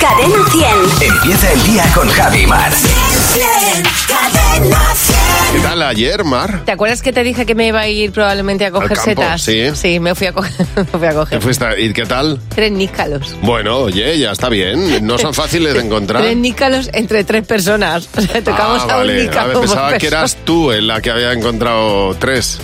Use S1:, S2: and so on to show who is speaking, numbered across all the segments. S1: Cadena 100.
S2: Empieza el día con Javi Mar.
S1: Cadena 100.
S3: ¿Qué tal ayer, Mar?
S4: ¿Te acuerdas que te dije que me iba a ir probablemente a coger
S3: campo,
S4: setas?
S3: sí.
S4: me fui a coger, me fui a
S3: ¿Qué
S4: coger
S3: fuiste a- ¿Y qué tal?
S4: tres nícalos.
S3: Bueno, oye, ya está bien. No son fáciles de encontrar.
S4: Tres nícalos entre tres personas. O sea, tocamos
S3: ah,
S4: a un
S3: vale. A
S4: nícalo
S3: ver,
S4: por
S3: pensaba que
S4: persona.
S3: eras tú en la que había encontrado tres.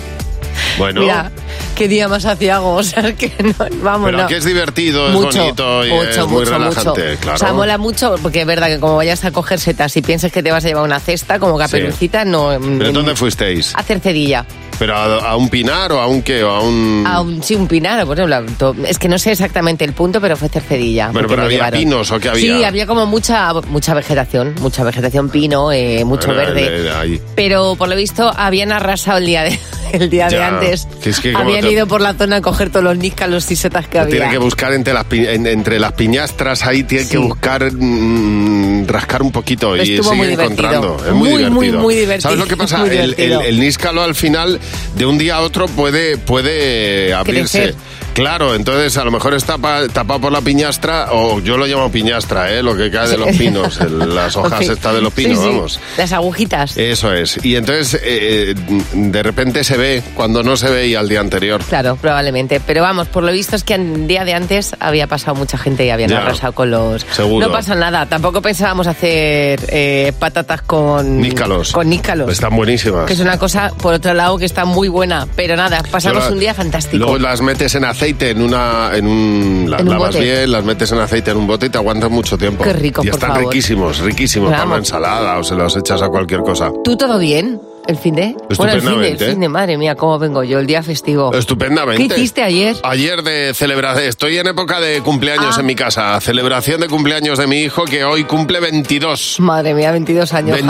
S3: Bueno,
S4: Mira, qué día más aciago. O sea, que no, vamos,
S3: pero
S4: no.
S3: aquí es divertido, es bonito y
S4: mucho,
S3: es muy
S4: mucho,
S3: relajante,
S4: mucho.
S3: claro.
S4: O sea, mola mucho porque es verdad que como vayas a coger setas y pienses que te vas a llevar una cesta como caperucita, no...
S3: ¿Pero
S4: mm,
S3: dónde fuisteis?
S4: A cercedilla,
S3: ¿Pero a, a un pinar o a un qué? ¿O a un...?
S4: a un, sí, un pinar, por ejemplo. to- Es que no sé exactamente el punto, pero fue cercedilla.
S3: Bueno, pero
S4: porque me
S3: había
S4: llevaron.
S3: pinos, ¿o qué había?
S4: Sí, había como mucha, mucha vegetación, mucha vegetación pino, eh, mucho
S3: Bueno,
S4: verde.
S3: eh, ahí.
S4: Pero por lo visto habían arrasado el día de, el día de
S3: Ya,
S4: antes.
S3: que es que como
S4: habían
S3: te-
S4: ido por la zona a coger todos los nícalos y setas que
S3: Lo Tienen
S4: había.
S3: que buscar entre las, pi- en- entre las piñastras, ahí tienen
S4: Sí.
S3: que buscar, mm, rascar un poquito
S4: Pero
S3: y
S4: estuvo
S3: seguir
S4: muy divertido.
S3: encontrando. Es muy,
S4: Muy,
S3: divertido.
S4: muy, muy divertido.
S3: ¿Sabes lo que pasa?
S4: Muy
S3: el, el,
S4: divertido.
S3: el níscalo al final, de un día a otro, puede, puede abrirse.
S4: Crecer.
S3: Claro, entonces a lo mejor está pa- tapado por la piñastra, o yo lo llamo piñastra, ¿eh? lo que cae de los pinos, el- las hojas
S4: Ok.
S3: estas de los pinos,
S4: Sí, sí.
S3: vamos.
S4: Las agujitas.
S3: Eso es. Y entonces eh, eh, de repente se ve cuando no se veía al día anterior.
S4: Claro, probablemente. Pero vamos, por lo visto es que el día de antes había pasado mucha gente y habían
S3: Ya.
S4: arrasado con los...
S3: Seguro.
S4: No pasa nada. Tampoco pensábamos hacer eh, patatas con...
S3: Nícalos.
S4: Con nícalos.
S3: Están buenísimas.
S4: Que es una cosa, por otro lado, que está muy buena. Pero nada, pasamos
S3: Luego-
S4: un día fantástico.
S3: Luego las metes en aceite, en una, en un, las
S4: En un
S3: lavas
S4: bote.
S3: bien, las metes en aceite en un bote y te aguantan mucho tiempo.
S4: Qué rico,
S3: Y
S4: por
S3: están
S4: favor.
S3: riquísimos, riquísimos para
S4: Vamos.
S3: una ensalada o se los echas a cualquier cosa.
S4: ¿Tú todo bien? ¿El fin de? Bueno, el fin de, el
S3: Estupendamente. ¿eh?
S4: fin de, madre mía, cómo vengo yo, el día festivo.
S3: Estupendamente.
S4: ¿Qué hiciste ayer?
S3: Ayer de celebración. Estoy en época de cumpleaños
S4: Ah.
S3: en mi casa. Celebración de cumpleaños de mi hijo que hoy cumple 22.
S4: Madre mía, 22 años,
S3: Veinti-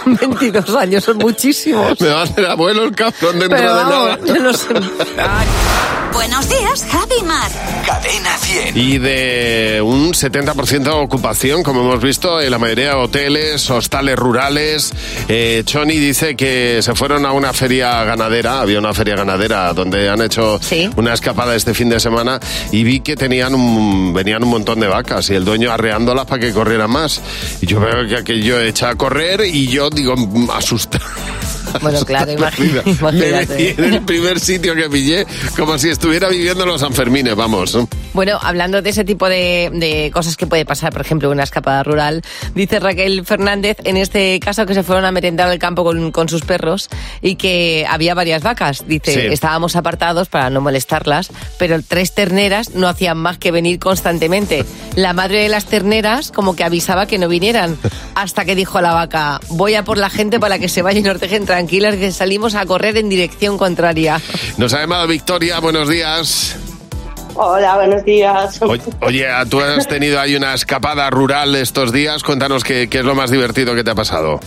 S4: Javi. 22 años, son muchísimos.
S3: Me va a hacer abuelo el cabrón dentro
S4: Pero
S3: de
S4: vamos,
S3: nada.
S4: yo no sé.
S1: Buenos días, Javi y Mar.
S2: Cadena 100.
S3: Y de un 70% de ocupación, como hemos visto, en la mayoría de hoteles, hostales rurales. Eh, Choni dice que se fueron a una feria ganadera, había una feria ganadera donde han hecho
S4: Sí.
S3: una escapada este fin de semana y vi que tenían un- venían un montón de vacas y el dueño arreándolas para que corrieran más. Y yo veo que aquello echa a correr y yo digo, mm, asusta.
S4: Bueno, claro, imagina-
S3: Me metí
S4: imagínate.
S3: en el primer sitio que pillé, como si estuviera viviendo los Sanfermines, vamos.
S4: Bueno, hablando de ese tipo de, de cosas que puede pasar, por ejemplo, una escapada rural, dice Raquel Fernández, en este caso que se fueron a merendar al campo con, con sus perros y que había varias vacas. Dice,
S3: Sí.
S4: estábamos apartados para no molestarlas, pero tres terneras no hacían más que venir constantemente. La madre de las terneras como que avisaba que no vinieran, hasta que dijo a la vaca, voy a por la gente para que se vayan y nos dejen tranquilas, que salimos a correr en dirección contraria.
S3: Nos ha llamado Victoria, buenos días.
S5: Hola, buenos días.
S3: O- Oye, tú has tenido ahí una escapada rural estos días. Cuéntanos qué, qué es lo más divertido que te ha pasado.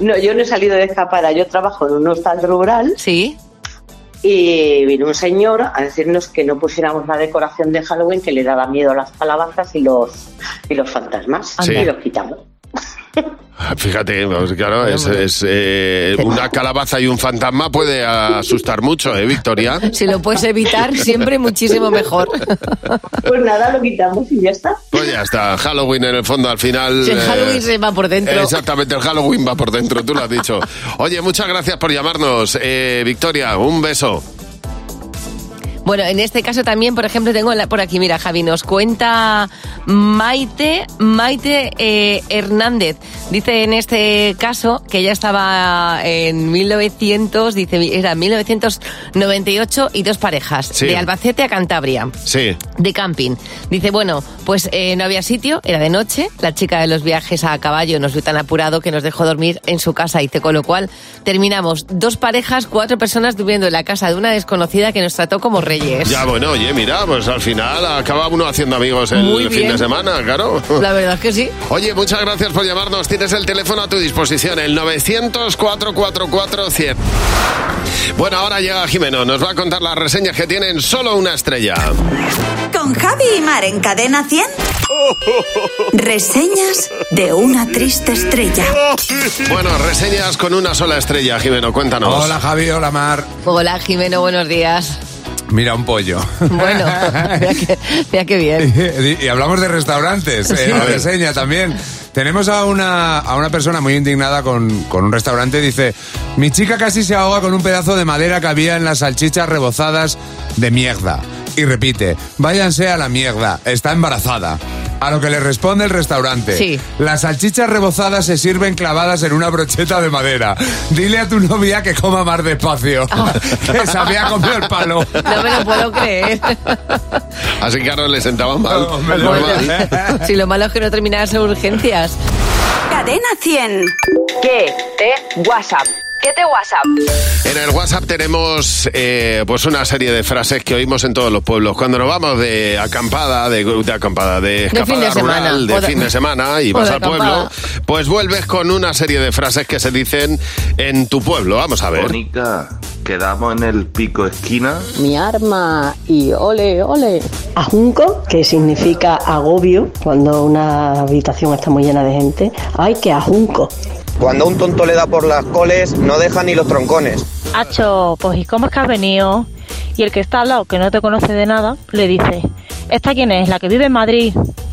S5: No, yo no he salido de escapada. Yo trabajo en un hostal rural
S4: ¿Sí?
S5: y vino un señor a decirnos que no pusiéramos la decoración de Halloween que le daba miedo a las calabazas y los, y los fantasmas.
S3: Sí.
S5: Y los quitamos.
S3: Fíjate, pues, claro, es, es, eh, una calabaza y un fantasma puede asustar mucho, ¿eh, Victoria?
S4: Si lo puedes evitar, siempre muchísimo mejor.
S5: Pues nada, lo quitamos y ya está.
S3: Pues ya está, Halloween en el fondo al final.
S4: Si el
S3: eh,
S4: Halloween se va por dentro.
S3: Exactamente, el Halloween va por dentro, tú lo has dicho. Oye, muchas gracias por llamarnos, eh, Victoria. Un beso.
S4: Bueno, en este caso también, por ejemplo, tengo la- por aquí, mira, Javi, nos cuenta Maite, Maite eh, Hernández. Dice en este caso que ella estaba en 1900, dice, era 1998 y dos parejas,
S3: Sí.
S4: de Albacete a Cantabria.
S3: Sí.
S4: de camping. Dice, bueno, pues eh, no había sitio, era de noche, la chica de los viajes a caballo nos vio tan apurado que nos dejó dormir en su casa, dice, con lo cual terminamos dos parejas, cuatro personas durmiendo en la casa de una desconocida que nos trató como reyes.
S3: Ya, bueno, oye, mira, pues al final acaba uno haciendo amigos el
S4: Muy
S3: fin
S4: bien.
S3: de semana, claro.
S4: La verdad es que sí.
S3: Oye, muchas gracias por llamarnos. Tienes el teléfono a tu disposición, el 900-444-100. Bueno, ahora llega Jimeno. Nos va a contar las reseñas que tienen solo una estrella.
S1: Con Javi y Mar en Cadena 100. Reseñas de una triste estrella.
S3: Bueno, reseñas con una sola estrella, Jimeno. Cuéntanos.
S6: Hola Javi, hola Mar.
S4: Hola, Jimeno, buenos días.
S6: Mira, un pollo.
S4: Bueno, mira qué, mira qué bien.
S6: y hablamos de restaurantes, eh,
S4: Sí.
S6: la reseña también. Tenemos a una, a una persona muy indignada con, con un restaurante. Dice, mi chica casi se ahoga con un pedazo de madera que había en las salchichas rebozadas de mierda. Y repite, váyanse a la mierda, está embarazada. A lo que le responde el restaurante.
S4: Sí.
S6: Las salchichas rebozadas se sirven clavadas en una brocheta de madera. Dile a tu novia que coma más despacio. que se había comido el palo.
S4: Ah. No me lo puedo creer.
S3: Así que ahora le sentaba mal.
S6: No, me lo- ¿eh?
S3: Normal.
S4: Si lo malo es que no terminas en urgencias.
S1: Cadena 100.
S7: ¿Qué te WhatsApp? ¿Qué te WhatsApp?
S3: En el WhatsApp tenemos eh, pues una serie de frases que oímos en todos los pueblos. Cuando nos vamos de acampada, de, de acampada, de
S4: fin de
S3: escapada
S4: semana.
S3: rural, de
S4: O de-
S3: fin de semana y
S4: o
S3: vas
S4: de
S3: al pueblo,
S4: acampada.
S3: pues vuelves con una serie de frases que se dicen en tu pueblo. Vamos a ver.
S8: Mónica, quedamos en el pico esquina.
S9: mi arma y ole, ole.
S10: Ajunco, que significa agobio cuando una habitación está muy llena de gente. ¡Ay, qué ajunco!
S11: Cuando un tonto le da por las coles, no deja ni los troncones.
S12: Hacho, pues ¿y cómo es que has venido? Y el que está al lado, que no te conoce de nada, le dice, ¿esta quién es? La que vive en Madrid.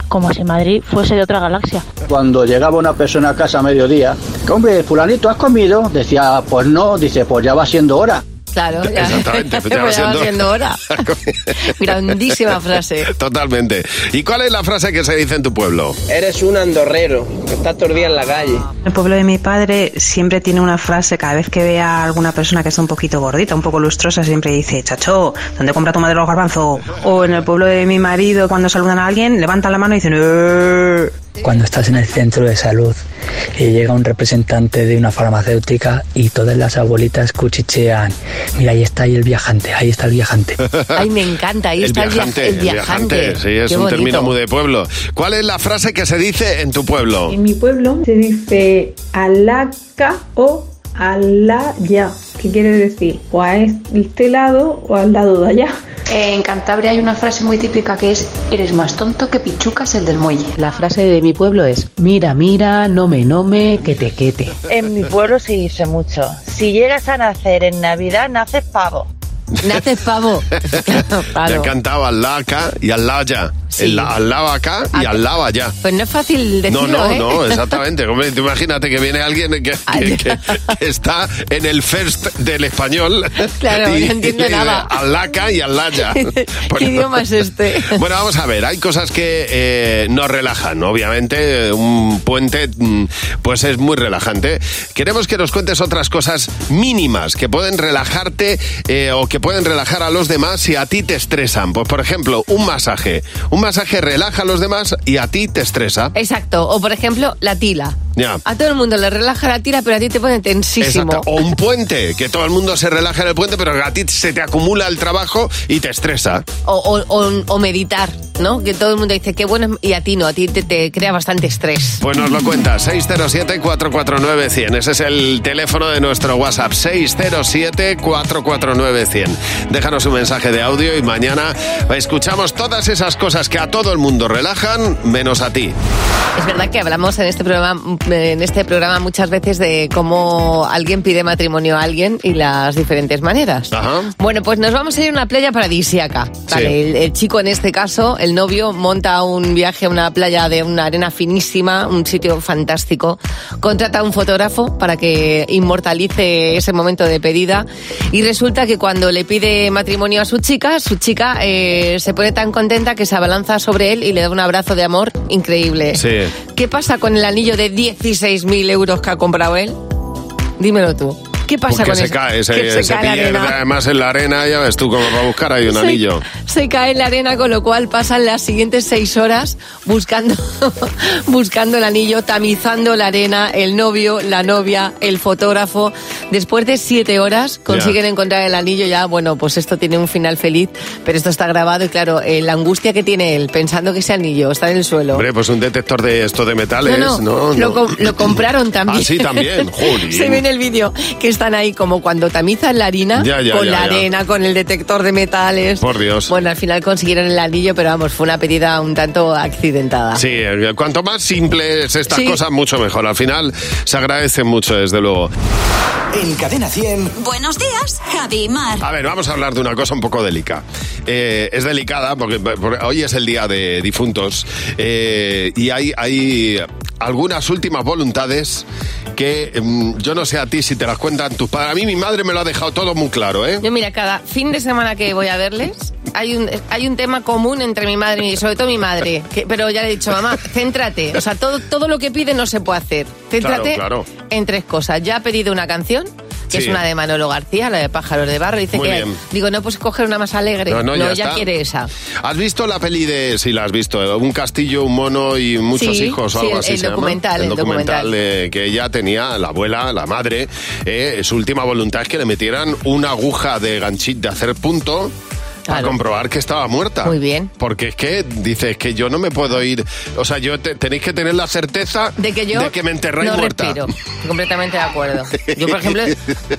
S12: Como si Madrid fuese de otra galaxia.
S13: Cuando llegaba una persona a casa a mediodía, hombre, fulanito, ¿has comido? Decía, pues no, dice, pues ya va siendo hora.
S4: Claro, ya.
S3: Exactamente, pues ya va
S4: Pues ya va
S3: siendo-
S4: siendo hora. Grandísima frase.
S3: Totalmente. ¿Y cuál es la frase que se dice en tu pueblo?
S11: Eres un andorrero, estás todo el día en la calle.
S14: El pueblo de mi padre siempre tiene una frase cada vez que ve a alguna persona que está un poquito gordita, un poco lustrosa, siempre dice, chacho, ¿dónde compra tu madre los garbanzos? O en el pueblo de mi marido, cuando saludan a alguien, levantan la mano y dicen, "Eh".
S15: Cuando estás en el centro de salud y llega un representante de una farmacéutica y todas las abuelitas cuchichean, mira, ahí está ahí el viajante, ahí está el viajante.
S4: Ay, me encanta. Ahí está el, viaja- el viajante.
S3: Sí, es
S4: Qué
S3: un
S4: bonito.
S3: término muy de pueblo. ¿Cuál es la frase que se dice en tu pueblo?
S16: En mi pueblo se dice alaca o alaya, que quiere decir o a este lado o al lado de allá.
S17: En Cantabria hay una frase muy típica que es eres más tonto que pichucas el del muelle.
S18: La frase de mi pueblo es, mira, mira, no me, no me, que te, que te.
S19: En mi pueblo se dice mucho. Si llegas a nacer en Navidad, naces pavo.
S4: Naces pavo.
S3: Ya cantaba al laca y al laya. El- Al lava acá y al lava allá.
S4: Pues no es fácil decirlo,
S3: No, no,
S4: ¿eh? Ah,
S3: no, exactamente. Hombre, tú imagínate que viene alguien que, que- que- que está en el first del español.
S4: Claro, no entiendo nada.
S3: Alaca y alaya.
S4: ¿Qué idioma es este?
S3: Bueno, vamos a ver, hay cosas que eh, nos relajan, obviamente. eh, Un puente, mm, pues es muy relajante. Queremos que nos cuentes otras cosas mínimas que pueden relajarte eh, o que pueden relajar a los demás si a ti te estresan. Pues, por ejemplo, un masaje. Un masaje relaja a los demás y a ti te estresa.
S4: Exacto. O, por ejemplo, la tila.
S3: Ya.
S4: A todo el mundo le relaja la tira, pero a ti te pone tensísimo.
S3: Exacto. O un puente, que todo el mundo se relaja en el puente, pero a ti se te acumula el trabajo y te estresa.
S4: O, o- o- o meditar, ¿no? Que todo el mundo dice, qué bueno, es- y a ti no, a ti te, te crea bastante estrés.
S3: Pues nos lo cuenta, 607-449-100. Ese es el teléfono de nuestro WhatsApp, 607-449-100. Déjanos un mensaje de audio y mañana escuchamos todas esas cosas que a todo el mundo relajan, menos a ti.
S4: Es verdad que hablamos en este programa, en este programa muchas veces de cómo alguien pide matrimonio a alguien y las diferentes maneras. Bueno, pues nos vamos a ir a una playa paradisíaca. Vale, el, el chico en este caso, el novio, monta un viaje a una playa de una arena finísima, un sitio fantástico. Contrata a un fotógrafo para que inmortalice ese momento de pedida. Y resulta que cuando le pide matrimonio a su chica, su chica eh, se pone tan contenta que se abalanza sobre él y le da un abrazo de amor increíble.
S3: Sí.
S4: ¿Qué pasa con el anillo de 16.000 euros que ha comprado él? Dímelo tú. ¿Qué pasa
S3: Porque
S4: con
S3: se
S4: eso?
S3: cae,
S4: Pues Que
S3: se, se
S4: cae la
S3: pierde.
S4: arena.
S3: Además, en la arena, ya ves tú cómo va a buscar ahí un
S4: Sí.
S3: anillo.
S4: Se cae en la arena, con lo cual pasan las siguientes seis horas buscando, buscando el anillo, tamizando la arena, el novio, la novia, el fotógrafo. Después de siete horas consiguen encontrar el anillo ya, bueno, pues esto tiene un final feliz, pero esto está grabado y claro, eh, la angustia que tiene él pensando que ese anillo está en el suelo.
S3: Hombre, pues un detector de esto de metales, ¿no?
S4: Lo,
S3: No.
S4: com- lo compraron también.
S3: Ah, sí, también. Jolín.
S4: Se ve en el vídeo que está están ahí como cuando tamizan la harina
S3: Ya, ya,
S4: con
S3: ya,
S4: la
S3: ya.
S4: arena, con el detector de metales.
S3: Por Dios.
S4: Bueno, al final consiguieron el anillo, pero vamos, fue una pedida un tanto accidentada.
S3: Sí, eh, cuanto más simple es estas
S4: Sí.
S3: cosas, mucho mejor. Al final se agradece mucho, desde luego.
S2: En Cadena 100.
S1: Buenos días, Javi y Mar.
S3: A ver, vamos a hablar de una cosa un poco delicada. Eh, es delicada porque, porque hoy es el día de difuntos eh, y hay, hay algunas últimas voluntades que mm, yo no sé a ti si te las cuentan tus padres. A mí mi madre me lo ha dejado todo muy claro, ¿eh?
S4: Yo mira, cada fin de semana que voy a verles, hay un, hay un tema común entre mi madre y sobre todo mi madre. que- pero ya le he dicho, mamá, céntrate. O sea, todo, todo lo que pide no se puede hacer. Céntrate
S3: Claro,
S4: en tres cosas. Ya ha pedido una canción, que es
S3: Sí.
S4: una de Manolo García, la de Pájaros de Barro. Dice
S3: Muy
S4: que
S3: bien.
S4: digo, no, pues coger una más alegre.
S3: No, no, ya está.
S4: quiere esa.
S3: ¿Has visto la peli de, sí, la has visto, eh, un castillo, un mono y muchos
S4: Sí,
S3: hijos o
S4: sí,
S3: algo
S4: el-
S3: así?
S4: el
S3: se llama?
S4: documental,
S3: El
S4: el
S3: documental
S4: documental.
S3: eh, que ella tenía, la abuela, la madre, eh, su última voluntad es que le metieran una aguja de ganchit de hacer punto. Para comprobar que estaba muerta. Muy
S4: bien.
S3: Porque es que dices que yo no me puedo ir. O sea, yo te- tenéis que tener la certeza
S4: De que yo
S3: de que me enterréis
S4: no
S3: muerta.
S4: respiro. Completamente de acuerdo. Yo, por ejemplo,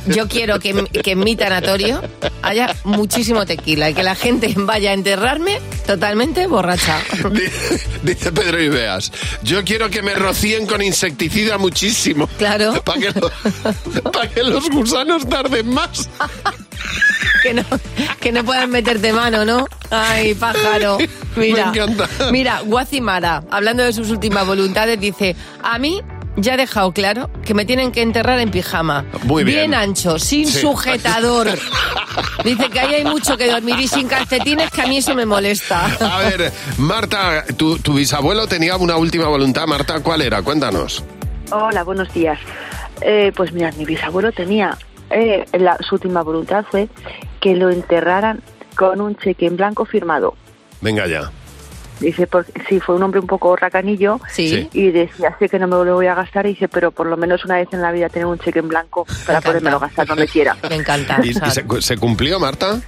S4: yo quiero que, en- que en mi tanatorio haya muchísimo tequila y que la gente vaya a enterrarme totalmente borracha.
S3: Dice Pedro Ibeas, yo quiero que me rocíen con insecticida muchísimo.
S4: Claro.
S3: Para que, lo- pa' que los gusanos tarden más.
S4: que no, que no puedan meterte mano, ¿no? Ay, pájaro. Mira,
S3: Me encanta.
S4: mira, Guacimara, hablando de sus últimas voluntades, dice, a mí ya he dejado claro que me tienen que enterrar en pijama.
S3: Muy bien.
S4: ancho, sin
S3: Sí.
S4: sujetador. Dice que ahí hay mucho que dormir y sin calcetines, que a mí eso me molesta.
S3: A ver, Marta, tu, tu bisabuelo tenía una última voluntad. Marta, ¿cuál era? Cuéntanos.
S20: Hola, buenos días. Eh, pues mirad, mi bisabuelo tenía, eh, la- su última voluntad fue que lo enterraran con un cheque en blanco firmado.
S3: Venga ya.
S20: Dice, porque sí, fue un hombre un poco racanillo
S3: Sí.
S20: y decía, sé que no me lo voy a gastar, y dice, pero por lo menos una vez en la vida tener un cheque en blanco para podérmelo gastar donde quiera.
S4: Me encanta.
S3: ¿Y, y se, cu- se cumplió, Marta?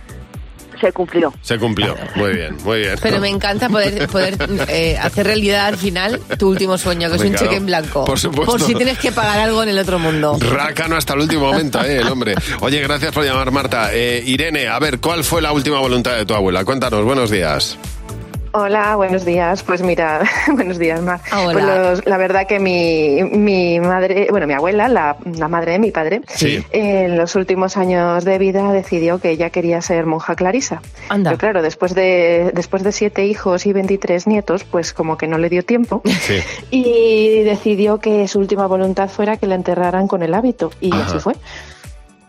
S20: Se cumplió.
S3: Se cumplió. Muy bien, muy bien.
S4: Pero me encanta poder, poder eh, hacer realidad al final tu último sueño, que es
S3: Hombre,
S4: un
S3: claro.
S4: cheque en blanco.
S3: Por supuesto.
S4: Por si tienes que pagar algo en el otro mundo.
S3: Rácano hasta el último momento, eh, el hombre. Oye, gracias por llamar, Marta. Eh, Irene, a ver, ¿cuál fue la última voluntad de tu abuela? Cuéntanos, buenos días.
S21: Hola, buenos días. Pues mira, buenos días, Mar.
S4: Ah, hola.
S21: Pues los- la verdad que mi, mi madre, bueno, mi abuela, la, la madre de mi padre,
S3: Sí.
S21: en los últimos años de vida decidió que ella quería ser monja clarisa.
S4: Anda.
S21: Pero claro, después de, después de siete hijos y 23 nietos, pues como que no le dio tiempo.
S3: Sí.
S21: Y decidió que su última voluntad fuera que la enterraran con el hábito. Y
S3: Ajá.
S21: así fue.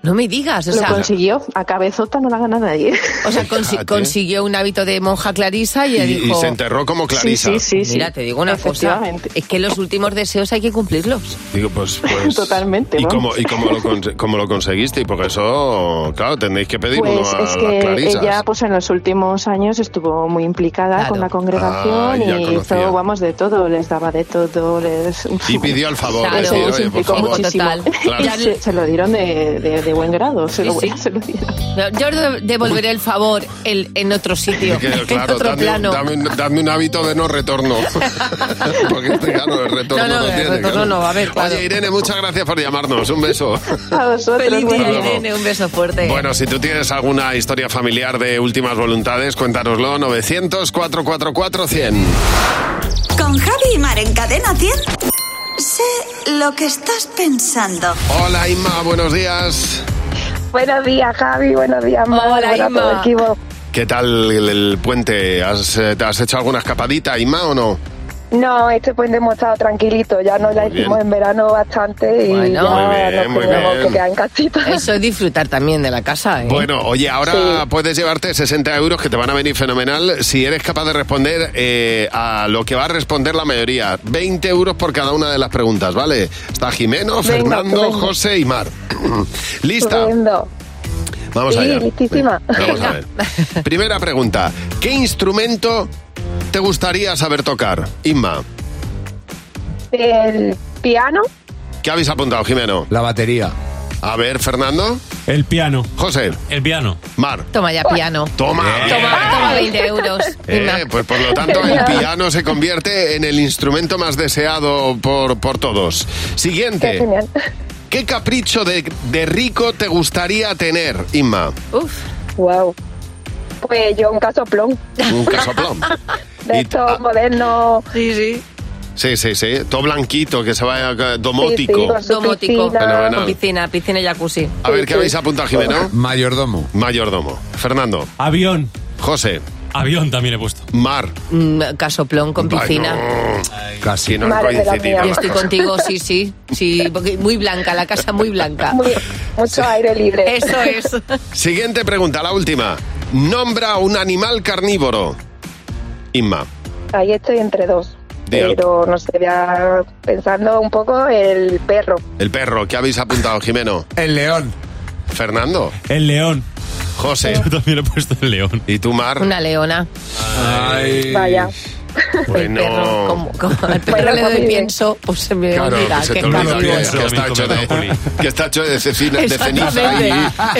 S4: No me digas, o
S21: Lo
S4: sea-
S21: consiguió. A cabezota no la gana nadie.
S4: O sea, consi-
S3: Fíjate.
S4: consiguió un hábito de monja Clarisa
S3: Y-
S4: y, ella
S3: Ah, y
S4: dijo...
S3: se enterró como Clarisa. Sí, sí, sí, sí.
S4: Mira, te digo una cosa. Es que los últimos deseos hay que cumplirlos.
S3: Digo, pues. pues
S21: Totalmente,
S3: ¿Y,
S21: vamos.
S3: cómo, y cómo, lo conse- cómo lo conseguiste? Y porque eso, claro, tendréis que pedir uno
S21: Pues
S3: a
S21: es
S3: las
S21: que
S3: clarisas.
S21: ella pues en los últimos años estuvo muy implicada con la
S3: Ah,
S21: congregación
S3: ya
S21: y
S3: conocía.
S21: hizo vamos de todo, les daba de todo, les
S3: Y pidió el favor,
S21: Claro,
S3: es decir,
S21: se
S3: oye, por
S21: implicó
S3: favor.
S21: muchísimo.
S3: Claro.
S21: Y se, se lo dieron de, de- de buen grado, se lo,
S4: Sí, sí.
S21: se lo dieron.
S4: No, Yo de- devolveré el favor el- en otro sitio,
S3: Que,
S4: en
S3: claro,
S4: otro
S3: dame,
S4: plano.
S3: dame un- dame un hábito de no retorno. Porque este, claro, el retorno
S4: No, no,
S3: no,
S4: el
S3: tiene.
S4: retorno
S3: claro.
S4: no va a haber, claro.
S3: Oye, Irene, muchas gracias por llamarnos. Un beso.
S21: A vosotros,
S4: Feliz
S3: buenos
S4: día,
S3: días.
S4: Irene, un beso fuerte.
S3: Bueno, si tú tienes alguna historia familiar de últimas voluntades, cuéntanoslo. 900-444-100.
S1: Con Javi y Mar en Cadena 100. Sé lo que estás pensando.
S3: Hola, Inma, buenos días.
S22: Buenos días, Javi. Buenos días, Mar.
S4: Hola,
S22: Hola, a todo el
S4: Inma.
S22: equipo.
S3: ¿Qué tal el, el puente? ¿Has, eh, ¿Te has hecho alguna escapadita, Inma, o no?
S22: No, este puente hemos estado tranquilito. Ya nos la
S3: Muy
S22: hicimos
S3: bien.
S22: en verano bastante y
S4: Bueno.
S22: ya
S3: Muy bien,
S22: nos
S3: muy
S22: tenemos
S3: bien.
S22: que quedar en casita.
S4: Eso es disfrutar también de la casa, ¿eh?
S3: Bueno, oye, ahora puedes llevarte 60 euros que te van a venir fenomenal si eres capaz de responder eh, a lo que va a responder la mayoría. 20 euros por cada una de las preguntas, ¿vale? Está Jimeno,
S22: Venga,
S3: Fernando,
S22: estupendo.
S3: José y Mar. ¿Lista?
S22: Estupendo.
S3: Vamos
S22: Sí,
S3: allá.
S22: listísima.
S3: Venga, Vamos a ver. Primera pregunta. ¿Qué instrumento te gustaría saber tocar, Inma?
S22: El piano,
S3: ¿Qué habéis apuntado, Jimeno?
S6: La batería.
S3: A ver, Fernando.
S23: El piano.
S3: José.
S23: El piano.
S3: Mar.
S4: Toma ya piano.
S3: Toma. bien.
S4: Toma, toma 20 euros. Inma.
S3: Eh, pues por lo tanto el piano se convierte en el instrumento más deseado por, por todos.
S22: qué
S3: Siguiente.
S22: genial.
S3: ¿Qué, ¿Qué capricho de, de rico te gustaría tener, Inma?
S4: Uf.
S22: Wow. Pues yo un casoplón.
S3: Un casoplón.
S22: De
S3: Ah.
S22: estos modernos.
S4: Sí, sí.
S3: Sí, sí, sí. Todo blanquito, que se vaya eh,
S4: Sí, sí,
S3: domótico.
S4: con su Domótico.
S3: piscina. Fenomenal.
S4: Con piscina, piscina y jacuzzi.
S3: A ver, ¿qué habéis apuntado, Jimeno?
S6: Mayordomo.
S3: Mayordomo. Fernando.
S5: Avión.
S3: José.
S5: Avión también he puesto.
S3: Mar.
S4: Mm, Casoplón con piscina.
S3: Casi no
S4: Madre de la
S3: coincidí
S4: mía.
S3: nada
S4: Yo estoy
S3: más.
S4: contigo, sí, sí. sí porque muy blanca, la casa muy blanca.
S22: mucho aire libre.
S4: Eso es.
S3: Siguiente pregunta, la última. Nombra un animal carnívoro. Inma.
S22: Ahí estoy entre dos.
S3: Diga.
S22: Pero no sé, ya pensando un poco el perro.
S3: El perro, ¿qué habéis apuntado, Jimeno?
S6: El león.
S3: Fernando.
S5: El león.
S3: José.
S5: Yo también he puesto el león.
S3: ¿Y tú, Mar?
S4: Una leona.
S3: Ay.
S22: Vaya.
S3: Bueno.
S4: Perro, como, como al perro le doy pienso, pues se me
S3: Claro,
S4: olvida.
S3: que se
S4: que
S3: te
S4: es
S3: olvida
S4: carnívoro.
S3: que, que está hecho de, que está hecho de, cecina- de ceniza y,
S4: Exactamente,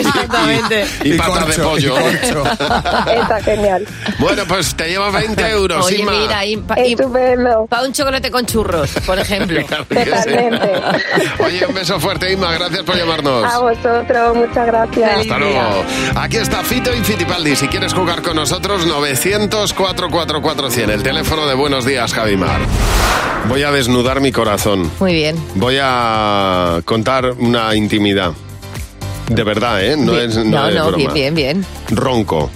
S4: exactamente.
S3: y patas de pollo.
S22: Está genial.
S3: Bueno, pues te llevas 20 euros,
S4: Oye,
S3: Inma.
S4: mira, y, pa- y- pa' un chocolate con churros, por ejemplo.
S3: Claro que sí. Oye, un beso fuerte, Inma. Gracias por llamarnos.
S22: A vosotros, muchas gracias.
S3: Hasta luego. Aquí está Fito y Fitipaldi. Si quieres jugar con nosotros, 900-444-100. El teléfono de Buenos Días, Javimar. Voy a desnudar mi corazón.
S4: Muy bien.
S3: Voy a contar una intimidad. De verdad, ¿eh? No es, no
S4: No,
S3: es
S4: no,
S3: broma.
S4: bien, bien, bien.
S3: Ronco.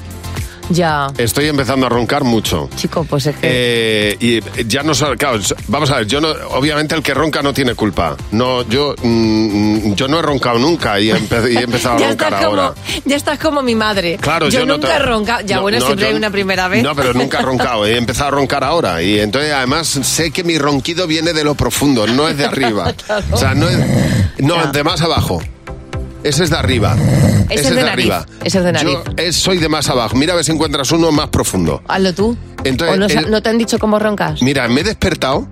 S4: Ya.
S3: Estoy empezando a roncar mucho.
S4: Chico, pues es
S3: que... y ya no sab- claro, vamos a ver, yo no, obviamente el que ronca no tiene culpa. No, yo, mm, yo no he roncado nunca y he, empe- y he empezado a
S4: Ya
S3: roncar
S4: estás,
S3: ahora.
S4: como, ya estás como mi madre.
S3: Claro,
S4: yo,
S3: yo no
S4: nunca
S3: te-
S4: he roncado. Ya
S3: No,
S4: bueno,
S3: no,
S4: siempre
S3: yo-
S4: hay una primera vez.
S3: No, pero nunca he roncado, he empezado a roncar ahora. Y entonces, además, sé que mi ronquido viene de lo profundo, no es de arriba.
S4: Claro.
S3: O sea, no es. No, de más abajo. Ese es de arriba.
S4: Ese es
S3: es
S4: de
S3: de
S4: nariz,
S3: arriba.
S4: ese es de nariz.
S3: Yo eh, soy de más abajo. Mira a ver si encuentras uno más profundo.
S4: Hazlo tú.
S3: Entonces,
S4: ¿O no, sa-
S3: el-
S4: no te han dicho cómo roncas?
S3: Mira, me he despertado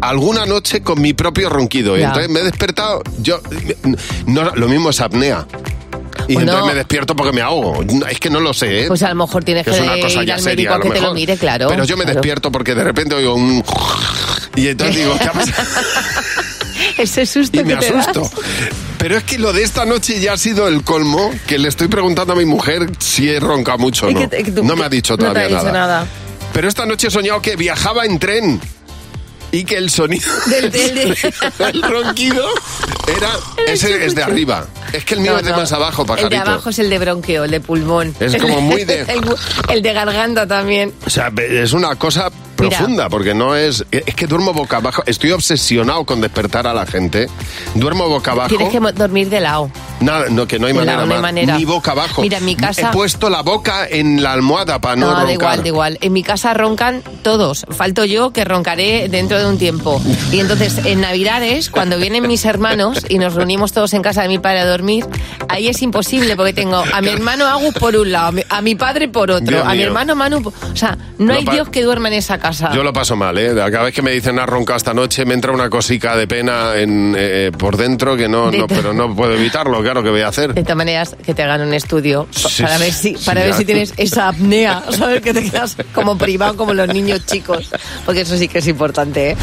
S3: alguna noche con mi propio ronquido. Y
S4: Ya.
S3: entonces me he despertado. Yo. no, lo mismo es apnea. Y
S4: Bueno.
S3: entonces me despierto porque me ahogo. Es que no lo sé, ¿eh?
S4: Pues a lo mejor tienes
S3: Que
S4: que,
S3: es una cosa
S4: ir
S3: ya
S4: al
S3: seria,
S4: médico
S3: a
S4: a
S3: lo
S4: que te lo
S3: mejor.
S4: mire, claro.
S3: Pero yo me
S4: claro.
S3: despierto porque de repente oigo un... Y entonces digo, ¿qué ha pasado?
S4: Ese susto
S3: Y me
S4: que te das.
S3: asusto. Pero es que lo de esta noche ya ha sido el colmo que le estoy preguntando a mi mujer si he roncado mucho o
S4: Es
S3: no.
S4: que te- que tú-
S3: No me ha dicho todavía
S4: no te ha dicho
S3: nada.
S4: nada.
S3: Pero esta noche he soñado que viajaba en tren y que el sonido
S4: Del- del- del-
S3: el ronquido era... Ese es de arriba. Es que el mío
S4: No,
S3: es de
S4: no.
S3: más abajo,
S4: El de
S3: pajarito.
S4: abajo es el de bronquio, el de pulmón.
S3: Es
S4: El
S3: como muy de-
S4: El, el de garganta también.
S3: O sea, es una cosa
S4: Mira.
S3: profunda, porque no es... Es que duermo boca abajo. Estoy obsesionado con despertar a la gente. Duermo boca abajo.
S4: Tienes que mo- dormir de lado.
S3: Nada, no, que no hay
S4: Claro,
S3: manera,
S4: no hay
S3: Mar.
S4: manera.
S3: Ni boca abajo.
S4: Mira, en mi casa-
S3: He puesto la boca en la almohada para no,
S4: No, da
S3: roncar.
S4: igual, da igual. En mi casa roncan todos. Falto yo que roncaré dentro de un tiempo. Y entonces en Navidades, cuando vienen mis hermanos y nos reunimos todos en casa de mi padre a dormir, ahí es imposible porque tengo a mi hermano Agus por un lado, a mi- a mi padre por otro,
S3: Dios
S4: a mi
S3: mío.
S4: hermano Manu. por- O sea, no
S3: Lo
S4: hay
S3: pa-
S4: Dios que duerma en esa casa.
S3: Yo lo paso mal, ¿eh? Cada vez que me dicen has roncado esta noche, me entra una cosica de pena en, eh, por dentro que no,
S4: De
S3: no,
S4: to-
S3: pero no puedo evitarlo, claro, que voy a hacer?
S4: De todas maneras, que te hagan un estudio pa-
S3: Sí,
S4: para ver si,
S3: sí,
S4: para ver
S3: ya.
S4: si tienes esa apnea, ¿sabes? Que te quedas como privado, como los niños chicos. Porque eso sí que es importante, ¿eh?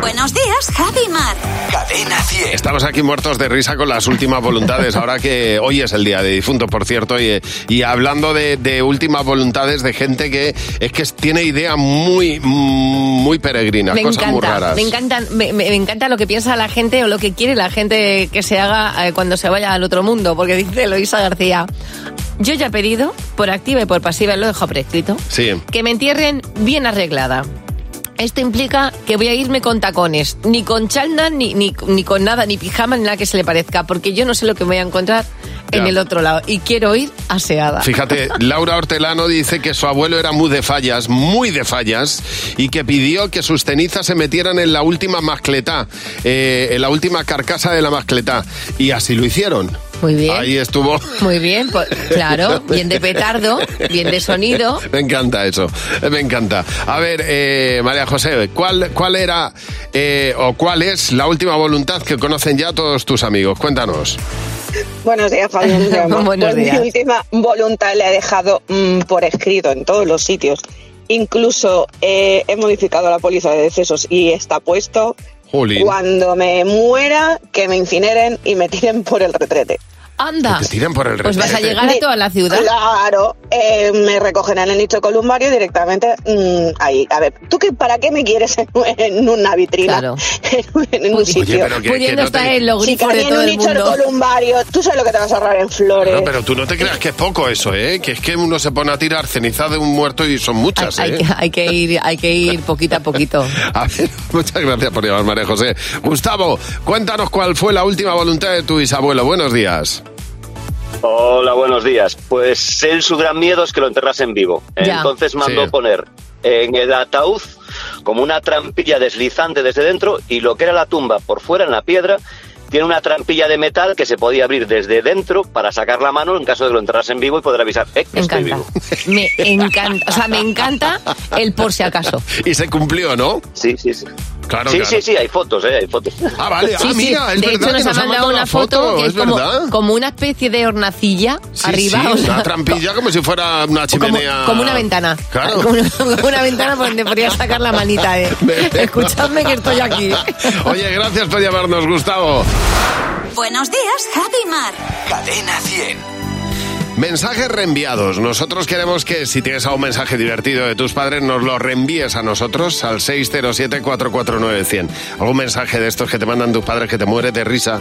S1: Buenos días, Javi y Mar.
S2: Cadena 100.
S3: Estamos aquí muertos de risa con las últimas voluntades, ahora que hoy es el día de difuntos, por cierto, y, y hablando de, de últimas voluntades de gente que es que tiene ideas muy, muy peregrinas,
S4: me
S3: cosas
S4: encanta,
S3: muy raras.
S4: Me, encantan, me, me- me encanta lo que piensa la gente o lo que quiere la gente que se haga eh, cuando se vaya al otro mundo, porque dice Loisa García, yo ya he pedido, por activa y por pasiva, y lo dejo prescrito,
S3: Sí.
S4: que me entierren bien arreglada. Esto implica que voy a irme con tacones, ni con chalna, ni, ni, ni con nada, ni pijama, ni nada que se le parezca, porque yo no sé lo que me voy a encontrar en
S3: Ya.
S4: el otro lado y quiero ir aseada.
S3: Fíjate, Laura Hortelano dice que su abuelo era muy de fallas, muy de fallas, y que pidió que sus cenizas se metieran en la última mascletá, eh, en la última carcasa de la mascletá. Y así lo hicieron.
S4: Muy bien.
S3: Ahí estuvo.
S4: Muy bien, pues, claro, bien de petardo, bien de sonido.
S3: Me encanta eso, me encanta. A ver, eh, María José, ¿cuál, cuál era eh, o cuál es la última voluntad que conocen ya todos tus amigos? Cuéntanos.
S7: Buenos días, Fabián. Ramos.
S4: Buenos
S7: Pues
S4: días.
S7: Mi última voluntad la he dejado mm, por escrito en todos los sitios. Incluso eh, he modificado la póliza de decesos y está puesto
S3: Jolín.
S7: Cuando me muera, que me incineren y me tiren por el retrete.
S4: Anda.
S3: Que te tiran por el
S4: Pues vas a
S3: retrete.
S4: llegar a toda la ciudad.
S7: Claro, eh, me recogen en el nicho columbario directamente mm, ahí. A ver, ¿tú qué, para qué me quieres en, en una vitrina?
S4: Claro.
S7: en un
S4: Oye,
S7: sitio.
S3: pero que- Pudiendo que no estar te- en los
S7: Si
S4: grifos de
S7: cabía en
S4: todo
S7: un
S4: el
S7: nicho
S4: mundo.
S7: columbario, tú sabes lo que te vas a ahorrar en flores.
S3: No, pero tú no te creas que es poco eso, ¿eh? Que es que uno se pone a tirar ceniza de un muerto y son muchas,
S4: Hay
S3: ¿eh?
S4: que, hay que ir, hay que ir poquito a poquito.
S3: A ver, muchas gracias por llamar, María José. Gustavo, cuéntanos cuál fue la última voluntad de tu bisabuelo. Buenos días.
S8: Hola, buenos días. Pues él su gran miedo es que lo enterrasen vivo.
S4: Ya.
S8: Entonces mandó
S3: Sí.
S8: poner en el ataúd como una trampilla deslizante desde dentro y lo que era la tumba por fuera en la piedra tiene una trampilla de metal que se podía abrir desde dentro para sacar la mano en caso de que lo enterrasen vivo y poder avisar, eh, que
S4: Me
S8: estoy
S4: encanta.
S8: vivo.
S4: Me encanta. O sea, me encanta el por si acaso.
S3: Y se cumplió, ¿no?
S8: Sí, sí, sí.
S3: Claro,
S8: sí,
S3: claro.
S8: sí, sí, hay fotos, eh, hay fotos.
S3: Ah, vale.
S4: Sí,
S3: ah,
S4: sí.
S3: mira, es
S4: de
S3: verdad
S4: hecho,
S3: que
S4: nos ha mandado una foto, que
S3: es
S4: es como,
S3: verdad.
S4: como una especie de hornacilla
S3: Sí,
S4: arriba.
S3: sí,
S4: o sea,
S3: una trampilla como si fuera una
S4: como-
S3: chimenea.
S4: como una ventana.
S3: Claro.
S4: Como una, como una ventana por donde podría sacar la manita de. Escuchadme que estoy aquí.
S3: Oye, gracias por llamarnos, Gustavo.
S1: Buenos días, Javi y Mar. Cadena 100.
S3: Mensajes reenviados. Nosotros queremos que si tienes algún mensaje divertido de tus padres, nos lo reenvíes a nosotros al 607-449-100. Algún mensaje de estos que te mandan tus padres que te mueres de risa,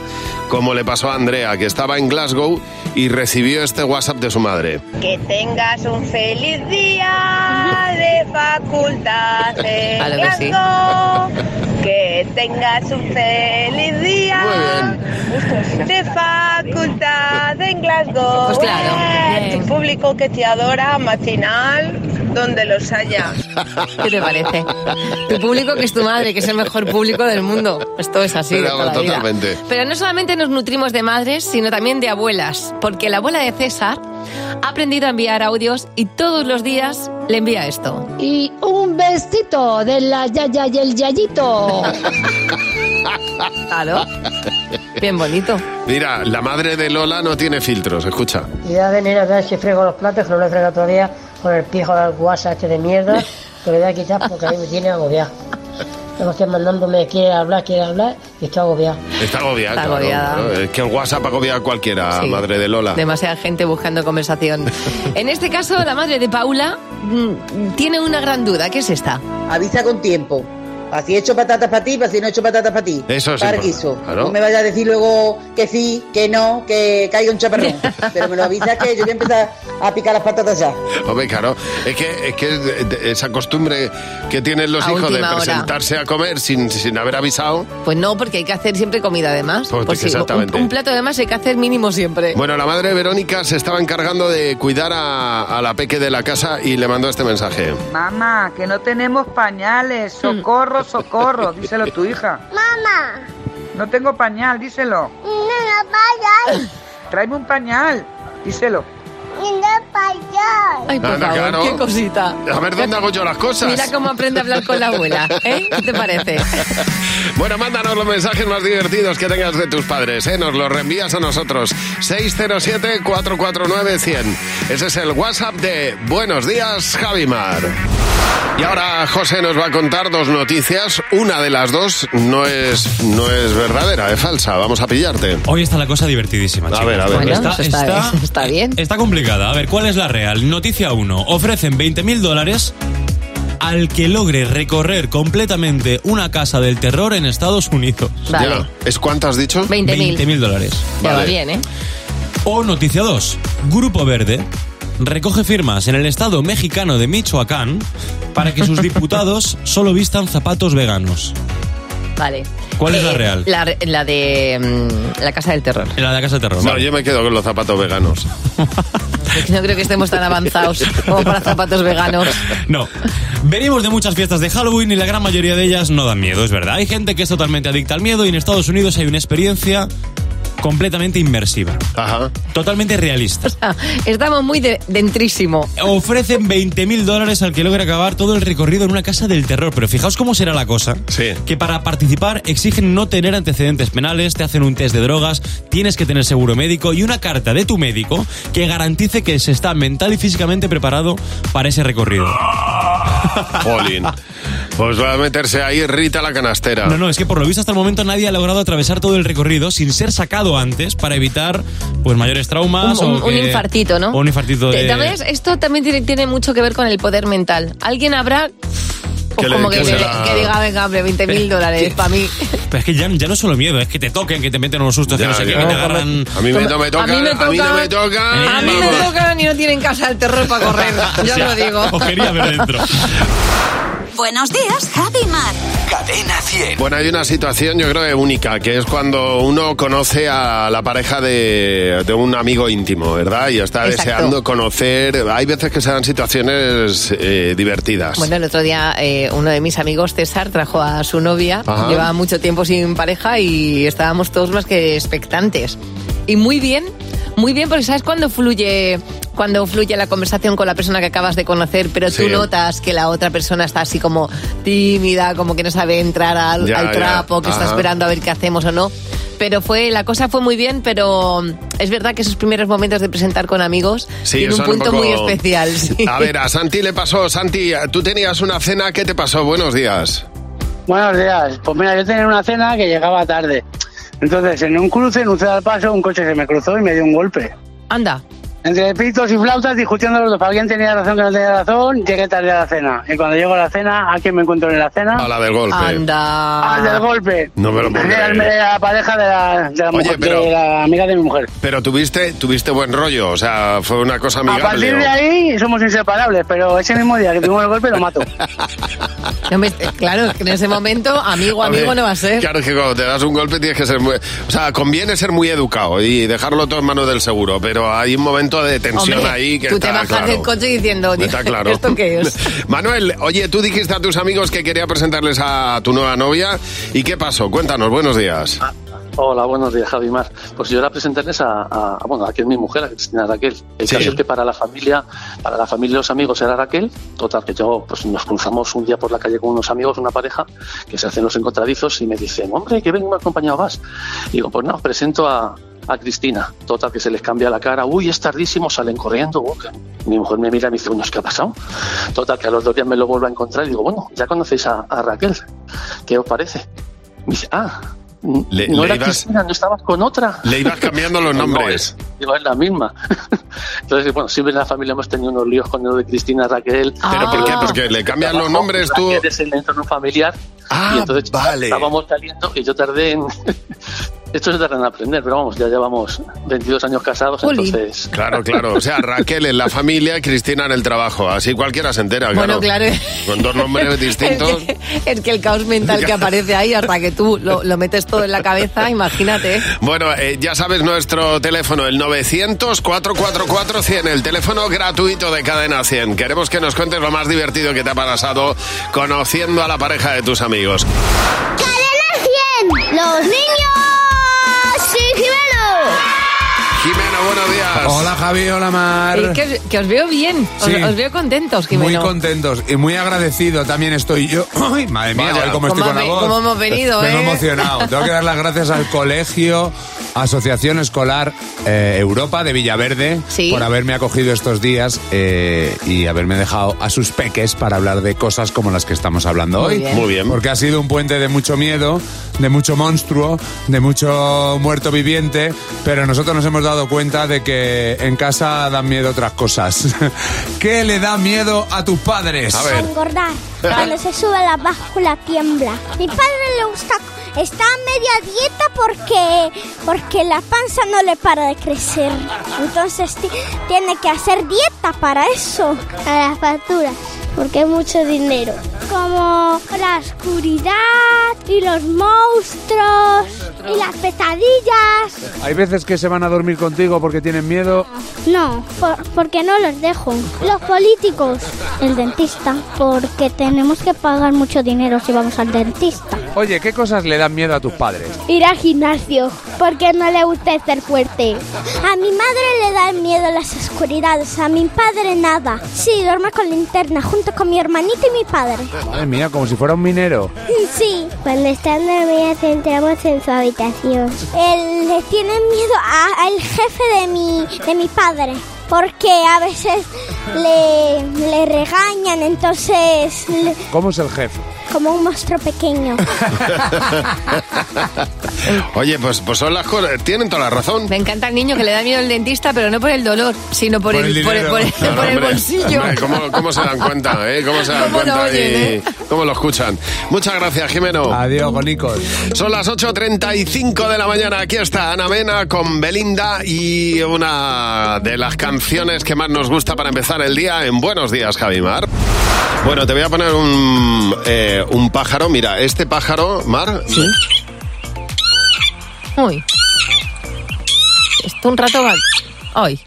S3: como le pasó a Andrea, que estaba en Glasgow y recibió este WhatsApp de su madre.
S9: Que tengas un feliz día de facultad. en
S3: Claro que sí.
S9: Glasgow. Que tengas un feliz día de facultad en Glasgow.
S4: Pues claro.
S9: Eh, Tu público que te adora matinal donde los haya.
S4: ¿Qué te parece? Tu público que es tu madre, que es el mejor público del mundo. Esto es así. de
S3: Pero,
S4: toda la vida.
S3: totalmente.
S4: Pero no solamente nos nutrimos de madres, sino también de abuelas, porque la abuela de César ha aprendido a enviar audios y todos los días le envía esto.
S23: Y un vestito de la yaya y el yayito.
S4: Claro. Bien bonito.
S3: Mira, la madre de Lola no tiene filtros, escucha.
S23: Y a venir a ver si frego los platos, que no lo he fregado todavía, con el pijo del guasa este de mierda, que le voy a quitar porque a mí me tiene agobiado. Luego estoy mandándome, quiere hablar, quiere hablar, y estoy agobiado.
S3: Está agobiada.
S4: Está
S3: claro,
S4: agobiada.
S3: claro. Es que el WhatsApp agobia a cualquiera,
S4: Sí.
S3: madre de Lola.
S4: Demasiada gente buscando conversación. En este caso, la madre de Paula mm, tiene una gran duda. ¿Qué es esta?
S24: Avisa con tiempo. Así he hecho patatas para ti, pues así no he hecho patatas para ti.
S4: Eso es
S24: Parguiso.
S4: importante, claro.
S24: No me vayas a decir luego que sí, que no, que caiga un chaparrón. Pero me lo avisas que yo voy a empezar a picar las patatas ya.
S3: Hombre, claro, es que, es que de- de- esa costumbre que tienen los
S4: A
S3: hijos de
S4: última hora.
S3: presentarse a comer sin, sin haber avisado.
S4: Pues no, porque hay que hacer siempre comida además.
S3: Pues
S4: Por si-
S3: exactamente.
S4: Un, un plato además hay que hacer mínimo siempre.
S3: Bueno, la madre de Verónica se estaba encargando de cuidar a, a la peque de la casa y le mandó este mensaje.
S25: Mamá, que no tenemos pañales. Socorro, socorro. Díselo a tu hija.
S26: Mamá,
S25: No tengo pañal, díselo.
S26: no nos vayas,
S25: Tráeme un pañal. Díselo.
S26: no nos vayas.
S4: Ay, por
S3: Anda,
S4: favor,
S3: claro.
S4: qué cosita.
S3: A ver dónde hago yo las cosas.
S4: Mira cómo aprende a hablar con la abuela, ¿eh? ¿Qué te parece?
S3: Bueno, mándanos los mensajes más divertidos que tengas de tus padres, ¿eh? Nos los reenvías a nosotros. 607-449-100. Ese es el WhatsApp de Buenos Días, Javimar. Y ahora José nos va a contar dos noticias. Una de las dos no es, no es verdadera, es falsa. Vamos a pillarte.
S5: Hoy está la cosa divertidísima.
S3: A ver, a ver.
S5: chicos.
S3: Bueno,
S5: Está-
S4: Pues está,
S5: está-
S4: está bien.
S5: Está complicada. A ver, ¿cuál es la real? Noticia 1. Ofrecen 20.000 dólares al que logre recorrer completamente una casa del terror en Estados Unidos.
S4: Vale. Ya.
S3: ¿Es cuánto has dicho?
S4: 20.000.
S5: 20.000 dólares.
S4: Ya va bien, ¿eh?
S5: O noticia 2. Grupo Verde recoge firmas en el estado mexicano de Michoacán para que sus diputados solo vistan zapatos veganos.
S4: Vale.
S5: ¿Cuál es la
S4: Eh,
S5: real?
S4: La, re- la de mm, la Casa del Terror.
S5: En la de la Casa del Terror.
S3: yo me quedo con los zapatos veganos.
S4: Porque No creo que estemos tan avanzados como para zapatos veganos.
S5: No. Venimos de muchas fiestas de Halloween y la gran mayoría de ellas no dan miedo, es verdad. Hay gente que es totalmente adicta al miedo y en Estados Unidos hay una experiencia completamente inmersiva.
S3: Ajá.
S5: Totalmente realista.
S4: Ah, Estamos muy de- dentrísimo.
S5: Ofrecen 20.000 dólares al que logre acabar todo el recorrido en una casa del terror. Pero fijaos cómo será la cosa. Que para participar exigen no tener antecedentes penales, te hacen un test de drogas, tienes que tener seguro médico y una carta de tu médico que garantice que se está mental y físicamente preparado para ese recorrido.
S3: Jolín. Pues va a meterse ahí Rita la canastera.
S5: No, no, es que por lo visto hasta el momento nadie ha logrado atravesar todo el recorrido sin ser sacado antes para evitar pues mayores traumas
S4: un,
S5: o
S4: un- un
S5: que-
S4: infartito, ¿no?
S5: o un infartito de...
S4: Te- también es- esto también tiene, tiene mucho que ver con el poder mental. Alguien habrá pues,
S5: le-
S4: como que,
S5: que
S4: le-
S5: será-
S4: que diga, venga, hombre, 20 mil dólares para mí.
S5: Pero es que ya, ya no es solo miedo, es que te toquen, que te meten unos sustos,
S3: Ya,
S5: que no sé
S3: ya.
S5: qué, que te
S3: No,
S5: agarran...
S3: A mí me to- me tocan,
S4: a mí me
S3: a mí no me
S4: tocan. A mí me tocan y no tienen casa el terror para correr. Yo lo digo.
S5: Os quería ver dentro.
S1: Buenos días, Javi y Mar.
S2: Cadena 100.
S3: Bueno, hay una situación yo creo que única, que es cuando uno conoce a la pareja de, de un amigo íntimo, ¿verdad? Y está
S4: Exacto.
S3: deseando conocer... Hay veces que se dan situaciones eh, divertidas.
S4: Bueno, el otro día eh, uno de mis amigos, César, trajo a su novia.
S3: Ajá.
S4: Llevaba mucho tiempo sin pareja y estábamos todos más que expectantes. Y muy bien, muy bien, porque ¿sabes cuándo fluye, cuando fluye la conversación con la persona que acabas de conocer, pero
S3: Sí.
S4: tú notas que la otra persona está así como tímida, como que no sabe entrar al,
S3: Ya,
S4: al
S3: ya.
S4: trapo, que está
S3: Ajá.
S4: esperando a ver qué hacemos o no? Pero fue, la cosa fue muy bien, pero es verdad que esos primeros momentos de presentar con amigos
S3: Sí,
S4: tiene un
S3: son un
S4: punto muy
S3: poco-
S4: especial. sí.
S3: A ver, a Santi le pasó, Santi, tú tenías una cena, ¿qué te pasó? Buenos días.
S10: Buenos días. Pues mira, yo tenía una cena que llegaba tarde. Entonces, en un cruce, en un al paso, un coche se me cruzó y me dio un golpe.
S4: Anda.
S10: Entre pitos y flautas, discutiendo los dos. Alguien tenía razón, que no tenía razón, llegué tarde a la cena. Y cuando llego a la cena, ¿a quién me encuentro en la cena?
S3: A la del golpe.
S4: Anda.
S10: Al del golpe.
S3: No me lo puedo
S10: Era el-
S3: creer.
S10: era la pareja de la, de la
S3: Oye,
S10: mujer,
S3: pero-
S10: de la amiga de mi mujer.
S3: Pero tuviste, tuviste buen rollo, o sea, fue una cosa
S10: A
S3: amigable.
S10: partir
S3: ¿o?
S10: de ahí somos inseparables, pero ese mismo día que tuvimos el golpe lo mato.
S4: No me- claro, es que en ese momento amigo,
S3: A ver,
S4: amigo no va a ser.
S3: Claro, es que cuando te das un golpe tienes que ser muy... O sea, conviene ser muy educado y dejarlo todo en manos del seguro, pero hay un momento de tensión
S4: Hombre,
S3: ahí que
S4: tú
S3: está
S4: te bajas
S3: claro.
S4: del coche diciendo,
S3: Está claro.
S4: ¿esto qué es?
S3: Manuel, oye, tú dijiste a tus amigos que quería presentarles a tu nueva novia. ¿Y qué pasó? Cuéntanos, buenos días.
S11: Ah, Hola, buenos días, Javi Mar. Pues yo era presentarles a, a- a- bueno, a que es mi mujer, a Cristina Raquel. El
S3: Sí.
S11: caso es que para la familia, para la familia y los amigos era Raquel. Total, que yo, pues nos cruzamos un día por la calle con unos amigos, una pareja, que se hacen los encontradizos y me dicen, hombre, que vengo acompañado vas. digo, pues no, os presento a, a Cristina. Total, que se les cambia la cara. Uy, es tardísimo, salen corriendo. Uy, que- Mi mujer me mira y me dice, bueno, ¿qué ha pasado? Total, que a los dos días me lo vuelvo a encontrar y digo, bueno, ya conocéis a, a Raquel. ¿Qué os parece? Me dice, ah,
S3: Le,
S11: no
S3: le
S11: era
S3: ibas,
S11: Cristina, no estabas con otra.
S3: le ibas cambiando los
S11: No,
S3: nombres.
S11: Digo, es la misma. Entonces, bueno, siempre en la familia hemos tenido unos líos con lo de Cristina, Raquel. Ah.
S3: ¿Pero por qué? Porque le cambian los nombres, tú- Ah,
S11: Raquel es el entorno familiar. y entonces estábamos saliendo y yo tardé en... Esto se tarda en aprender, pero vamos, ya llevamos 22 años casados, entonces...
S3: Claro, claro. O sea, Raquel en la familia, Cristina en el trabajo. Así cualquiera se entera,
S4: Bueno, claro.
S3: Con dos nombres distintos.
S4: Es que, es que el caos mental que aparece ahí hasta que tú lo, lo metes todo en la cabeza, imagínate.
S3: Bueno, eh, ya sabes nuestro teléfono, el 900-444-100, el teléfono gratuito de Cadena 100. Queremos que nos cuentes lo más divertido que te ha pasado conociendo a la pareja de tus amigos.
S26: ¡Cadena 100! ¡Los niños! ¡Sí,
S3: Jimena, buenos días.
S6: Hola Javi, hola Mar.
S4: Es que, os- que os veo bien, os,
S6: Sí.
S4: os veo contentos,
S6: Muy
S4: Jimeno.
S6: contentos y muy agradecido también estoy yo. Ay, madre mía,
S3: Vaya.
S6: hoy cómo estoy
S4: ¿Cómo
S6: con la
S4: has ve-
S6: voz.
S4: cómo hemos venido,
S6: Vengo
S4: eh?
S6: emocionado. Tengo que dar las gracias al colegio, Asociación Escolar eh, Europa de Villaverde,
S4: Sí.
S6: por haberme acogido estos días eh, y haberme dejado a sus peques para hablar de cosas como las que estamos hablando
S3: Muy
S6: hoy.
S3: bien. Muy bien.
S6: Porque ha sido un puente de mucho miedo, de mucho monstruo, de mucho muerto viviente, pero nosotros nos hemos dado cuenta de que en casa dan miedo otras cosas. ¿Qué le da miedo a tus padres?
S26: Engordar. Cuando se sube la báscula tiembla. Mi padre le gusta. Está a media dieta porque, porque la panza no le para de crecer. Entonces ti- tiene que hacer dieta para eso. A las facturas. Porque hay mucho dinero. Como la oscuridad y los monstruos y las pesadillas.
S6: Hay veces que se van a dormir contigo porque tienen miedo.
S26: No, por- porque no los dejo. Los políticos. El dentista, porque tenemos que pagar mucho dinero si vamos al dentista.
S6: Oye, ¿qué cosas le dan miedo a tus padres?
S26: Ir al gimnasio, porque no le gusta estar fuerte. A mi madre le dan miedo las oscuridades, a mi padre nada. Sí, duerme con linterna junto con mi hermanita y mi padre.
S6: Madre mía, como si fuera un minero.
S26: Sí. Cuando están dormidas entramos en su habitación. Él le tiene miedo a- al jefe de mi, de mi padre. Porque a veces le, le regañan, entonces le-
S6: ¿Cómo es el jefe?
S26: Como un monstruo pequeño.
S3: Oye, pues, pues son las cosas. Tienen toda la razón.
S4: Me encanta el niño que le da miedo el dentista, pero no por el dolor, sino por, el, por el- por el-
S3: Claro,
S4: por el
S3: hombre.
S4: bolsillo.
S3: Hombre, ¿cómo, cómo se dan cuenta? eh? ¿Cómo se dan
S4: ¿Cómo lo
S3: cuenta?
S4: oyen,
S3: y
S4: eh?
S3: ¿Cómo lo escuchan? Muchas gracias, Jimeno.
S6: Adiós, bonicos.
S3: Son las 8.35 de la mañana. Aquí está Ana Mena con Belinda y una de las canciones que más nos gusta para empezar el día en Buenos Días, Javimar. Bueno, te voy a poner un, eh, un pájaro. Mira, este pájaro, Mar. Sí.
S4: Uy. Esto un rato va. Ay.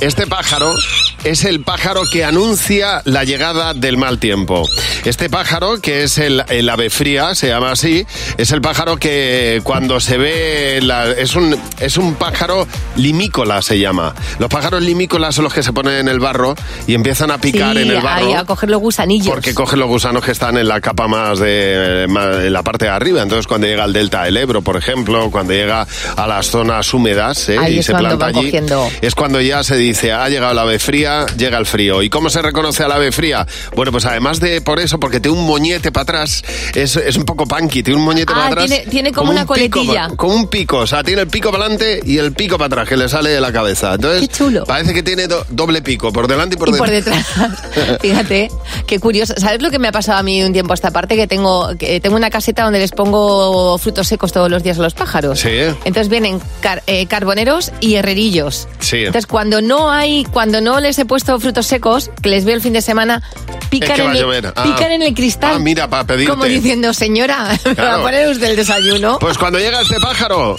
S3: Este pájaro es el pájaro que anuncia la llegada del mal tiempo. Este pájaro, que es el, el ave fría, se llama así, es el pájaro que cuando se ve... la- es, un, es un pájaro limícola, se llama. Los pájaros limícolas son los que se ponen en el barro y empiezan a picar
S4: Sí,
S3: en el barro.
S4: ahí, a coger los gusanillos.
S3: Porque cogen los gusanos que están en la capa más de más- en la parte de arriba. Entonces, cuando llega al delta del Ebro, por ejemplo, cuando llega a las zonas húmedas ¿eh?
S4: Ahí
S3: y
S4: es
S3: se
S4: cuando
S3: planta
S4: van
S3: allí,
S4: cogiendo.
S3: es cuando ya se dice ha llegado la ave fría, llega el frío. ¿Y cómo se reconoce al ave fría? Bueno, pues además de por eso, porque tiene un moñete para atrás, es, es un poco punky, tiene un moñete para
S4: Ah,
S3: atrás.
S4: tiene- tiene como una
S3: un pico
S4: coletilla.
S3: pa- como un pico, o sea, tiene el pico para adelante y el pico para atrás que le sale de la cabeza. Entonces, parece que tiene do- doble pico, por delante y por
S4: Y por
S3: detrás.
S4: detrás, fíjate, qué curioso. ¿Sabes lo que me ha pasado a mí de un tiempo a esta parte? Que tengo, que tengo una caseta donde les pongo frutos secos todos los días a los pájaros.
S3: Sí.
S4: Entonces vienen car- eh, carboneros y herrerillos.
S3: Sí.
S4: Entonces cuando no hay, cuando no les he puesto frutos secos, que les veo el fin de semana, pican,
S3: Es que va
S4: en,
S3: a
S4: el,
S3: llover. Ah.
S4: pican en el cristal.
S3: Ah, mira, para pedirte.
S4: Como diciendo, señora, ¿me va
S3: Claro.
S4: a poner usted el desayuno?
S3: Pues cuando llega este pájaro,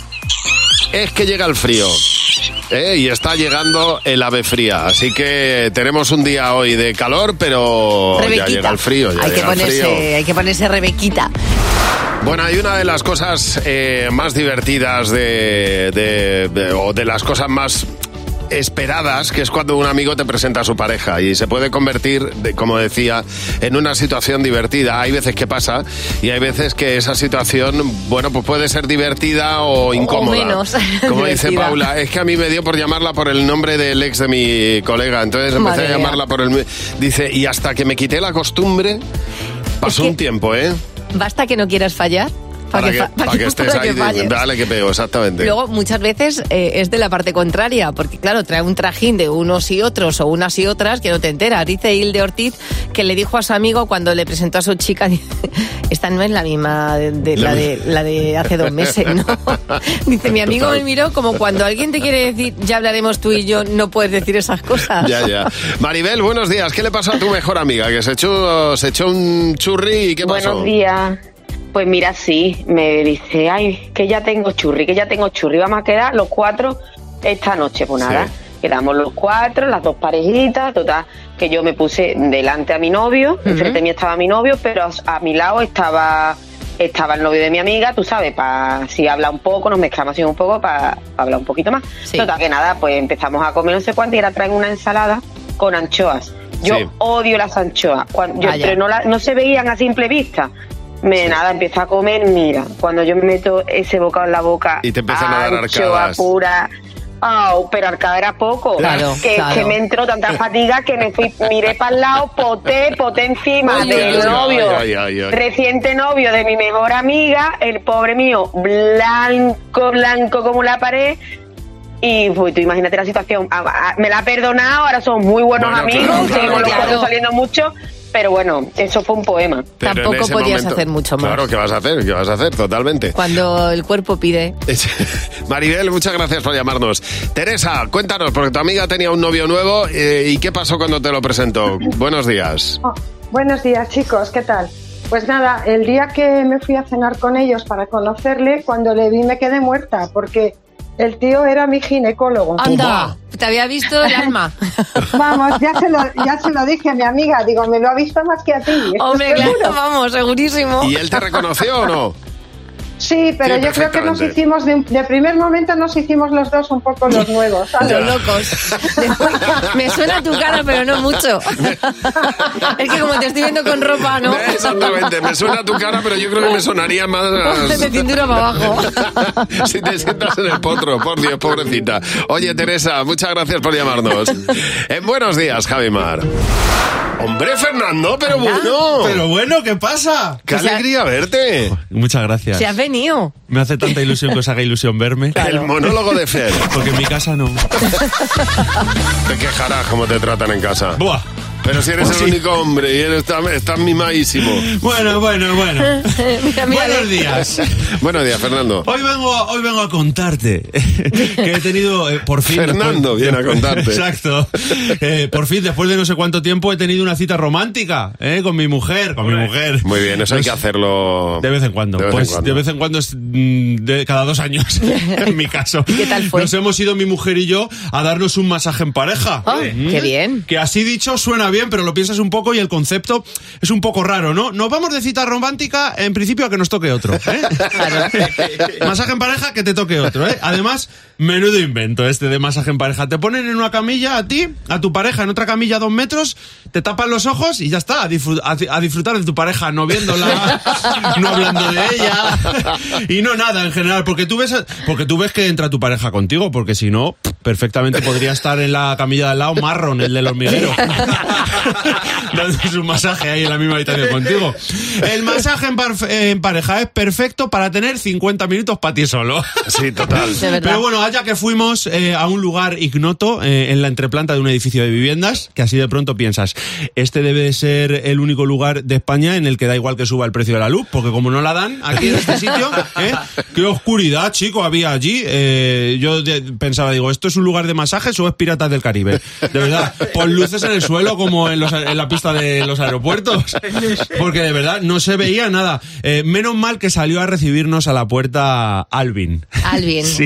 S3: es que llega el frío. ¿eh? Y está llegando el ave fría. Así que tenemos un día hoy de calor, pero
S4: Rebequita.
S3: ya llega el frío. ya
S4: hay, que
S3: llega el
S4: ponerse,
S3: frío.
S4: hay que ponerse Rebequita.
S3: Bueno, hay una de las cosas eh, más divertidas de, de- de- o de las cosas más esperadas, que es cuando un amigo te presenta a su pareja y se puede convertir, de- como decía, en una situación divertida. Hay veces que pasa y hay veces que esa situación, bueno, pues puede ser divertida o incómoda.
S4: menos
S3: Como dice
S4: divertida.
S3: Paula, es que a mí me dio por llamarla por el nombre del ex de mi colega, entonces empecé
S4: Madre
S3: a
S4: mía.
S3: llamarla por el... mi- Dice, y hasta que me quité la costumbre, pasó un tiempo, ¿eh?
S4: Basta que no quieras fallar.
S3: para que,
S4: fa-
S3: para que estés
S4: para que
S3: ahí, de-
S4: falles.
S3: dale que pego, exactamente.
S4: Luego, muchas veces eh, es de la parte contraria, porque claro, trae un trajín de unos y otros o unas y otras que no te enteras. Dice Hilde Ortiz que le dijo a su amigo cuando le presentó a su chica, dice, esta no es la misma de, de- la, de, la de hace dos meses, ¿no? Dice, mi amigo me miró como cuando alguien te quiere decir, ya hablaremos tú y yo, no puedes decir esas cosas.
S3: Ya, ya. Maribel, buenos días. ¿Qué le pasó a tu mejor amiga? Que se echó, se echó un churri y qué pasó.
S12: Buenos días. Pues mira, sí, me dice, ay, que ya tengo churri, que ya tengo churri. Vamos a quedar los cuatro esta noche. Pues nada, quedamos los cuatro, las dos parejitas, total, que yo me puse delante a mi novio, enfrente de mí estaba mi novio, pero a, a mi lado estaba estaba el novio de mi amiga, tú sabes, para si habla un poco, nos mezclamos así un poco para hablar un poquito más. Total, que nada, pues empezamos a comer no sé cuánto y ahora traen una ensalada con anchoas. Yo
S13: Sí.
S12: odio las anchoas. Cuando, yo,
S3: Ah,
S13: Vaya.
S12: pero no, la- no se veían a simple vista. Me nada, empieza a comer, mira, cuando yo me meto ese bocado en la boca,
S3: Y te empiezan a dar
S12: anchoa
S3: arcadas.
S12: pura. Au, pero arcada era poco.
S3: Claro,
S12: que,
S3: claro.
S12: que me entró tanta fatiga que me fui, miré para el lado, poté, poté encima
S3: Ay,
S12: del
S3: ay, ay,
S12: novio.
S3: ay, ay, ay.
S12: Reciente novio de mi mejor amiga, el pobre mío, blanco, blanco como la pared. Y pues tú imagínate la situación. A- a- Me la ha perdonado, ahora somos muy buenos
S3: Bueno,
S12: amigos,
S3: claro, claro,
S12: seguimos los
S3: claro.
S12: cuatro saliendo mucho, pero bueno, eso fue un poema.
S3: Pero en ese momento- Claro, ¿qué vas a hacer? ¿Qué vas a hacer? Totalmente.
S4: Cuando el cuerpo pide.
S3: Maribel, muchas gracias por llamarnos. Teresa, cuéntanos, porque tu amiga tenía un novio nuevo eh, y qué pasó cuando te lo presentó. Buenos días.
S14: Oh, Buenos días, chicos, ¿qué tal? Pues nada, el día que me fui a cenar con ellos para conocerle, cuando le vi me quedé muerta porque el tío era mi ginecólogo.
S4: Anda, te había visto el alma.
S14: Vamos, ya se, lo, ya se lo dije a mi amiga, digo,
S4: Oh,
S14: me lo ha visto más que a ti. esto
S4: Hombre,
S14: seguro.
S4: claro, vamos, segurísimo.
S3: ¿Y él te reconoció o no?
S14: Sí, pero
S3: Sí,
S14: yo creo que nos
S3: perfectamente.
S14: hicimos, de, un- de primer momento nos hicimos los dos un poco los nuevos, ¿sabes?
S4: Los locos. Me suena tu cara, pero no mucho. Es que como te estoy viendo con ropa, ¿no?
S3: Exactamente, me suena tu cara, pero yo creo que me sonaría más.
S4: De cintura para abajo.
S3: si te sientas en el potro, por Dios, pobrecita. Oye, Teresa, muchas gracias por llamarnos. En buenos días, Javimar. Hombre, Fernando, pero bueno.
S13: Pero bueno, ¿qué pasa?
S3: Qué alegría verte.
S13: Muchas gracias.
S4: Se has venido.
S13: Me hace tanta ilusión que os haga ilusión verme.
S3: El monólogo de Fer.
S13: Porque en mi casa no.
S3: Te quejarás cómo te tratan en casa.
S13: Buah.
S3: Pero si eres
S13: Pues
S3: el
S13: sí.
S3: único hombre y eres tan, estás mimadísimo.
S13: Bueno, bueno, bueno.
S4: Mira, mira,
S13: Buenos días.
S3: buenos días, Fernando.
S13: Hoy vengo, a- hoy vengo a contarte que he tenido, eh, por fin...
S3: Fernando viene a contarte.
S13: Exacto. Eh, por fin, después de no sé cuánto tiempo, he tenido una cita romántica eh, con mi mujer, con mi mujer.
S3: Muy bien, eso hay que hacerlo.
S13: Pues De vez en cuando.
S3: De vez
S13: pues
S3: en cuando.
S13: de vez en cuando es mm, de cada dos años, en mi caso.
S4: ¿Qué tal fue?
S13: Nos hemos ido mi mujer y yo a darnos un masaje en pareja.
S4: Ah,
S13: Mm.
S4: qué bien.
S13: Que así dicho suena bien, pero lo piensas un poco y el concepto es un poco raro, ¿no? Nos vamos de cita romántica, en principio a que nos toque otro. ¿eh? masaje en pareja, que te toque otro, ¿eh? Además, menudo invento este de masaje en pareja. Te ponen en una camilla a ti, a tu pareja, en otra camilla a dos metros, te tapan los ojos y ya está, a, disfru- a- a disfrutar de tu pareja, no viéndola, no hablando de ella. Y no nada en general, porque tú ves, porque tú ves que entra tu pareja contigo, porque si no, perfectamente podría estar en la camilla de al lado marrón, el del hormiguero. dándose un masaje ahí en la misma habitación contigo. El masaje en, parf- en pareja es perfecto para tener 50 minutos para ti solo.
S3: Sí, total.
S4: De verdad.
S13: Pero bueno, allá que fuimos eh, a un lugar ignoto eh, en la entreplanta de un edificio de viviendas, que así de pronto piensas, este debe de ser el único lugar de España en el que da igual que suba el precio de la luz, porque como no la dan aquí en este sitio, ¿eh? qué oscuridad, chico, había allí. Eh, yo de- pensaba, digo, ¿esto es un lugar de masajes o es Piratas del Caribe? De verdad, pon luces en el suelo como en, los- en la pista de los aeropuertos. Porque de verdad no se veía nada. Eh, menos mal que salió a recibirnos a la puerta Alvin.
S4: Alvin.
S13: Sí.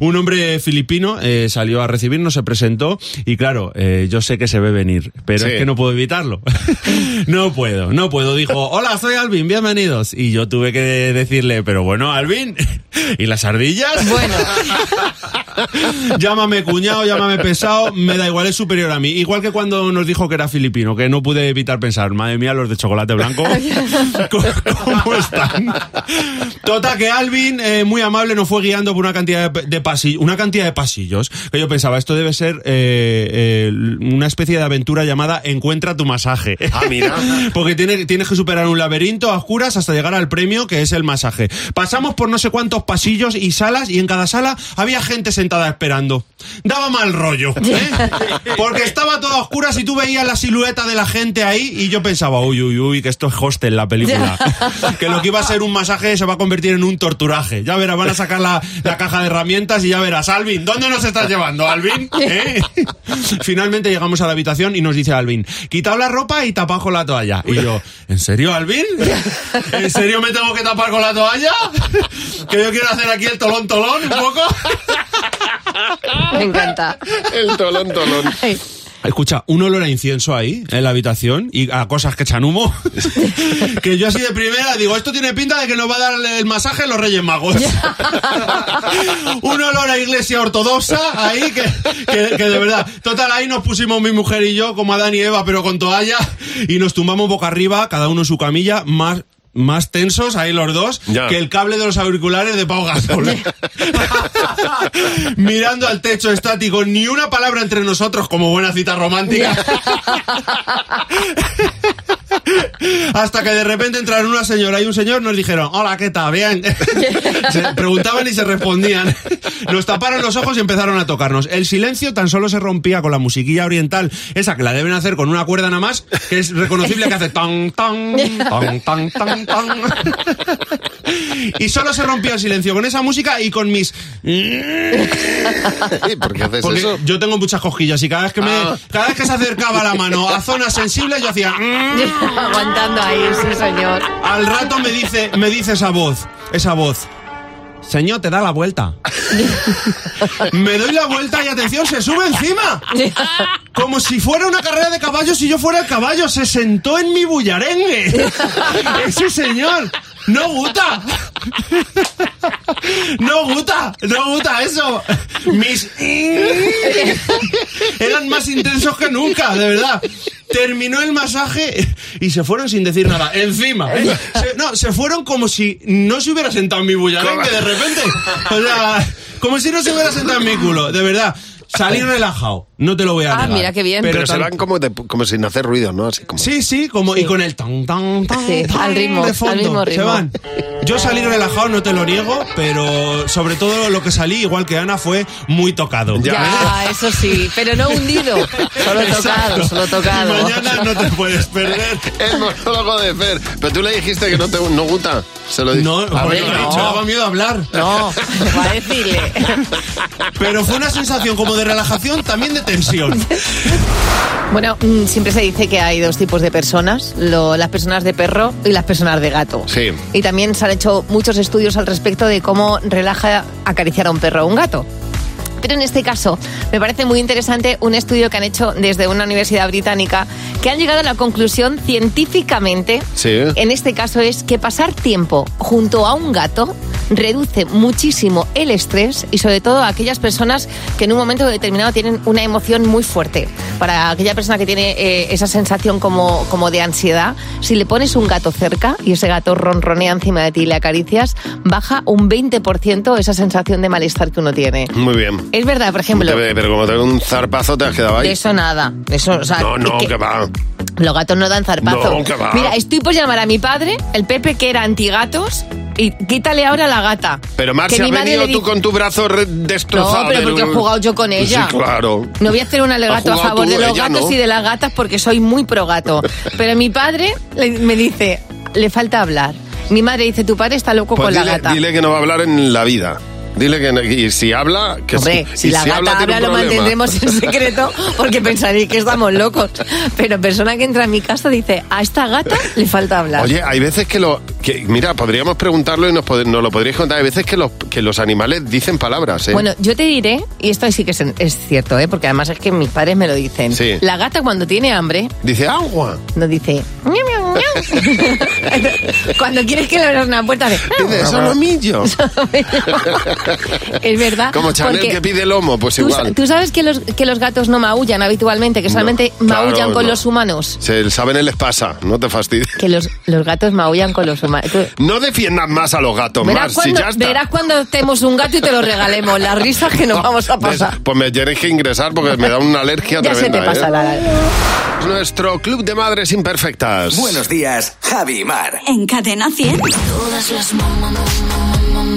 S13: Un hombre filipino eh, salió a recibirnos, se presentó y claro, eh, yo sé que se ve venir, pero
S3: Sí.
S13: es que no puedo evitarlo. no puedo, no puedo. Dijo, hola, soy Alvin, bienvenidos. Y yo tuve que decirle, pero bueno, Alvin, ¿y las ardillas? Bueno. llámame cuñado, llámame pesado, me da igual, es superior a mí. Igual que cuando nos dijo que era filipino, que no pude evitar pensar, madre mía, los de chocolate blanco. ¿Cómo están? Total, que Alvin, eh, muy amable, nos fue guiando por una cantidad de, pasillos, una cantidad de pasillos que yo pensaba, esto debe ser eh, eh, una especie de aventura llamada Encuentra tu masaje.
S3: Ah, mira.
S13: Porque tiene- tienes que superar un laberinto a oscuras hasta llegar al premio que es el masaje. Pasamos por no sé cuántos pasillos y salas y en cada sala había gente sentada esperando. Daba mal rollo. ¿eh? Porque estaba todo a oscuras y tú veías la silueta de la gente ahí y yo pensaba, uy, uy, uy, que esto es hostel la película. que lo que iba a ser un masaje se va a convertir en un torturaje. Ya verás, van a sacar la, la caja de herramientas y ya verás, Alvin, ¿dónde nos estás llevando, Alvin? ¿Eh? Finalmente llegamos a la habitación y nos dice Alvin, quitaos la ropa y tapad con la toalla. Y yo, ¿en serio, Alvin? ¿En serio me tengo que tapar con la toalla? ¿Que yo quiero hacer aquí el tolón tolón un poco?
S4: Me encanta.
S3: El tolón, tolón.
S13: Escucha, un olor a incienso ahí, en la habitación, y a cosas que echan humo. que yo así de primera digo, esto tiene pinta de que nos va a dar el masaje los Reyes Magos. un olor a iglesia ortodoxa ahí, que, que- que de verdad. Total, ahí nos pusimos mi mujer y yo, como Adán y Eva, pero con toalla, y nos tumbamos boca arriba, cada uno en su camilla, más. Más tensos ahí los dos
S3: Ya.
S13: que el cable de los auriculares de Pau Gasol. Mirando al techo estático, ni una palabra entre nosotros como buena cita romántica. Hasta que de repente entraron una señora y un señor nos dijeron, hola, ¿qué tal? Bien. se preguntaban y se respondían. Nos taparon los ojos y empezaron a tocarnos. El silencio tan solo se rompía con la musiquilla oriental, esa que la deben hacer con una cuerda nada más, que es reconocible que hace tan, tan, tan, tan, tan, tan. Y solo se rompía el silencio con esa música y con mis...
S3: ¿Por qué haces
S13: Porque
S3: eso?
S13: yo tengo muchas cosquillas y cada vez que me,
S3: Ah.
S13: cada vez que se acercaba la mano a zonas sensibles yo hacía "Mm".
S4: Aguantando ahí, sí, señor.
S13: al rato me dice, me dice esa voz, esa voz. Señor, te da la vuelta. me doy la vuelta y atención, se sube encima. Como si fuera una carrera de caballos y yo fuera el caballo. Se sentó en mi bullarengue. Ese señor. No gusta. No gusta, no gusta eso. Mis eran más intensos que nunca, de verdad. Terminó el masaje y se fueron sin decir nada. Encima, ¿eh? Se- no, se fueron como si no se hubiera sentado en mi bullarán, que de repente, o sea, como si no se hubiera sentado en mi culo, de verdad. Salí relajado, no te lo voy a
S4: Ah,
S13: negar.
S4: mira qué bien.
S3: Pero,
S13: tan-
S3: se van como, de- como sin hacer ruido, ¿no? Así como...
S13: Sí, sí, como y con el tan tan tan,
S4: Sí,
S13: tan
S4: al ritmo,
S13: de
S4: al
S13: fondo.
S4: mismo ritmo.
S13: Se van. Yo salí relajado, no te lo niego, pero sobre todo lo que salí, igual que Ana, fue muy tocado.
S4: Ya, eso sí, pero no hundido. Solo tocado,
S3: Exacto.
S4: solo tocado.
S13: Mañana no te puedes perder.
S3: El monólogo de Fer. Pero tú le dijiste que no te no gusta. Se lo dije. No,
S13: Hombre, no. daba miedo hablar.
S4: Ah, No, va a decirle.
S13: Pero fue una sensación como de relajación, también de tensión.
S4: Bueno, mm, siempre se dice que hay dos tipos de personas, lo- las personas de perro y las personas de gato.
S3: Sí.
S4: Y también se han hecho muchos estudios al respecto de cómo relaja acariciar a un perro o un gato. Pero en este caso me parece muy interesante un estudio que han hecho desde una universidad británica que han llegado a la conclusión científicamente,
S3: Sí.
S4: en este caso es que pasar tiempo junto a un gato reduce muchísimo el estrés y sobre todo a aquellas personas que en un momento determinado tienen una emoción muy fuerte. Para aquella persona que tiene eh, esa sensación como, como de ansiedad, si le pones un gato cerca y ese gato ronronea encima de ti y le acaricias, baja un 20% esa sensación de malestar que uno tiene.
S3: Muy bien.
S4: Es verdad, por ejemplo,
S3: Pero, pero como tengo un zarpazo, te has quedado ahí.
S4: de eso nada. de Eso, o sea,
S3: no, no,
S4: es
S3: que,
S4: que
S3: va.
S4: los gatos no dan zarpazo.
S3: No, que va.
S4: Mira, estoy por llamar a mi padre, el Pepe, que era antigatos, y quítale ahora la gata.
S3: Pero Mar,
S4: Que
S3: si
S4: mi
S3: has
S4: madre
S3: venido
S4: le
S3: tú
S4: di-
S3: con tu brazo re- destrozado.
S4: No, pero
S3: del-
S4: porque he jugado yo con ella.
S3: Sí, claro.
S4: No voy a hacer un alegato
S3: Has
S4: a
S3: jugado
S4: favor
S3: tú,
S4: de los
S3: ella
S4: gatos
S3: no.
S4: y de las gatas porque soy muy pro gato. Pero mi padre le- me dice, le falta hablar. Mi madre dice, tu padre está loco
S3: Pues
S4: con la
S3: dile,
S4: gata.
S3: dile que no va a hablar en la vida. Dile que no- y si habla, que
S4: Hombre,
S3: sí.
S4: si
S3: Y
S4: la gata
S3: tiene
S4: habla
S3: un
S4: lo
S3: problema.
S4: mantendremos en secreto porque pensaréis que estamos locos. Pero persona que entra en mi casa dice, a esta gata le falta hablar.
S3: Oye, hay veces que lo. Que, mira, podríamos preguntarlo y nos, pod- nos lo podríais contar. Hay veces que los, que los animales dicen palabras, ¿eh?
S4: Bueno, yo te diré, y esto sí que es, es cierto, ¿eh? porque además es que mis padres me lo dicen.
S3: Sí.
S4: La gata cuando tiene hambre
S3: Dice agua.
S4: no dice... "Miau, miau, miau". cuando quieres que le abras una puerta hace...
S3: Dice solomillo.
S4: Es verdad.
S3: Como Chanel
S4: porque
S3: que pide lomo, pues
S4: tú,
S3: igual.
S4: tú sabes que los, que los gatos no maullan habitualmente, que solamente
S3: No, claro,
S4: maullan con
S3: no.
S4: los humanos.
S3: Se saben les pasa, no te fastidies.
S4: Que los, los gatos maullan con los humanos. Tú-
S3: No defiendas más a los gatos,
S4: Verás,
S3: más si
S4: cuando,
S3: ya está.
S4: verás cuando estemos un gato y te lo regalemos. Las risas que nos vamos a
S3: Pues-
S4: pasar.
S3: Pues me tenéis que ingresar porque me da una alergia
S4: Ya se
S3: tremenda.
S4: te pasa
S3: ¿eh?
S4: la...
S3: Nuestro club de madres imperfectas.
S2: Buenos días, Javi y Mar.
S1: En Cadena 100.
S15: Todas las mamá,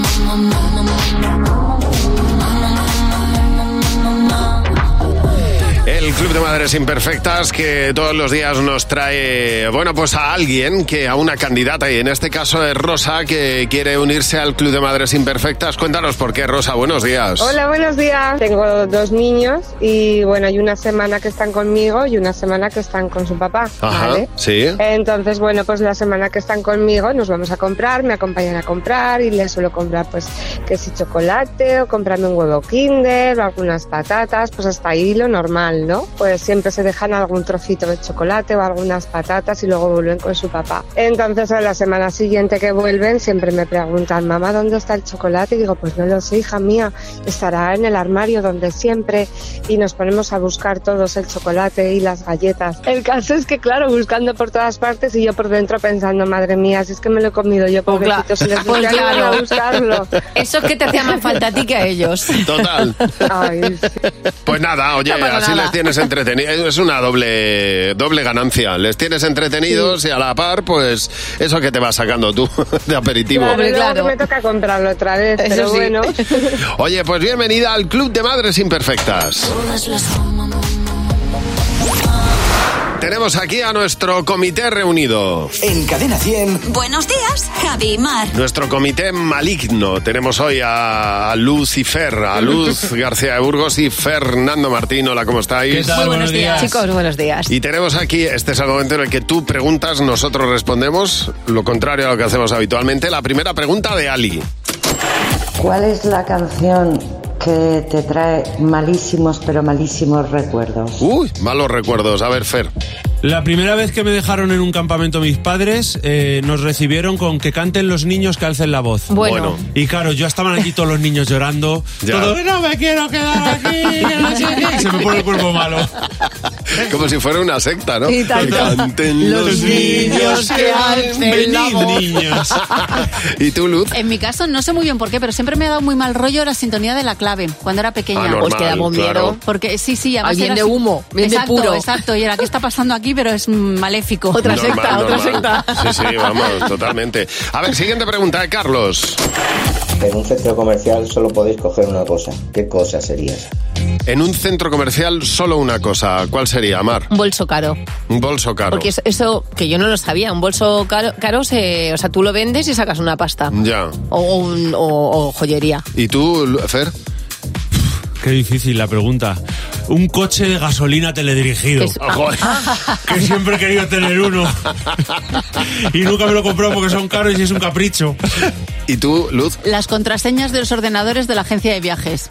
S3: El Club de Madres Imperfectas que todos los días nos trae, bueno, pues a alguien, que a una candidata, y en este caso es Rosa, que quiere unirse al Club de Madres Imperfectas. Cuéntanos por qué, Rosa, buenos días.
S16: Hola, buenos días. Tengo dos niños y bueno, hay una semana que están conmigo y una semana que están con su papá.
S3: Ajá,
S16: ¿vale?
S3: sí.
S16: Entonces, bueno, pues la semana que están conmigo nos vamos a comprar, me acompañan a comprar y les suelo comprar pues que si chocolate o comprarme un huevo kinder o algunas patatas, pues hasta ahí lo normal, ¿no? Pues siempre se dejan algún trocito de chocolate o algunas patatas y luego vuelven con su papá. Entonces, a la semana siguiente que vuelven, siempre me preguntan, mamá, ¿dónde está el chocolate? Y digo, pues no lo sé, hija mía, estará en el armario donde siempre. Y nos ponemos a buscar todos el chocolate y las galletas. El caso es que, claro, buscando por todas partes y yo por dentro pensando, madre mía, si es que me lo he comido yo, pobrecito, si les
S4: Pues
S16: dije, "Ay,
S4: claro.
S16: a buscarlo.
S4: Eso es que te hacía más falta a ti que a ellos.
S3: Total. Pues nada, oye,
S4: No pasa
S3: así
S4: nada.
S3: les tienes entretenidos. Es una doble, doble ganancia. Les tienes entretenidos y a la par, pues eso que te vas sacando tú de aperitivo.
S16: Claro, y luego que me toca comprarlo otra vez, Eso pero sí. bueno.
S3: Oye, pues bienvenida al Club de Madres Imperfectas.
S15: todas las
S3: Tenemos aquí a nuestro comité reunido.
S2: En Cadena 100.
S1: Buenos días, Javi y Mar.
S3: Nuestro comité maligno. Tenemos hoy a, a Luz y Fer, a Luz García de Burgos y Fernando Martín. Hola, ¿cómo estáis?
S4: Chicos, buenos días.
S3: Y tenemos aquí, este es el momento en el que tú preguntas, nosotros respondemos, lo contrario a lo que hacemos habitualmente. La primera pregunta de Ali.
S17: ¿Cuál es la canción
S15: que te trae malísimos, pero malísimos recuerdos.
S3: Uy, malos recuerdos. A ver, Fer.
S13: La primera vez que me dejaron en un campamento mis padres, eh, nos recibieron con que canten los niños que alcen la voz.
S3: Bueno. Bueno.
S13: Y claro, yo estaban allí todos los niños llorando.
S3: Ya.
S13: Todo, no me quiero quedar aquí. que no sé qué". Y se me pone el cuerpo malo.
S3: Como si fuera una secta, ¿no?
S13: Y tanto.
S3: Canten los,
S13: Los
S3: niños
S13: niños
S3: que
S13: que
S3: alcen la
S13: venid,
S3: voz.
S13: niños.
S3: ¿Y tú, Luz?
S17: En mi caso, no sé muy bien por qué, pero siempre me ha dado muy mal rollo la sintonía de la clave cuando era pequeña.
S3: Ah, normal, Pues que damos miedo. claro.
S17: Porque sí, sí, además.
S4: Ah, bien
S17: era
S4: de
S17: así-
S4: humo, bien de
S17: exacto,
S4: puro.
S17: Exacto, y era, ¿qué está pasando aquí? Pero es mm, maléfico. Otra
S3: Normal, normal. Sí, sí, vamos, totalmente. A ver, siguiente pregunta, de Carlos.
S18: En un centro comercial solo podéis coger una cosa. ¿Qué cosa sería esa?
S3: En un centro comercial, solo una cosa. ¿Cuál sería, Mar?
S4: Un bolso caro.
S3: Un bolso caro.
S4: Porque eso, eso que yo no lo sabía, un bolso caro, caro se- o sea, tú lo vendes y sacas una pasta.
S3: Ya.
S4: O, o un- o- o joyería.
S3: ¿Y tú, Lu- Fer?
S13: Qué difícil la pregunta. Un coche de gasolina teledirigido.
S4: Es-
S13: Ah, joder, que siempre he querido tener uno. Y nunca me lo compró porque son caros y es un capricho.
S3: ¿Y tú, Luz?
S17: Las contraseñas de los ordenadores de la agencia de viajes.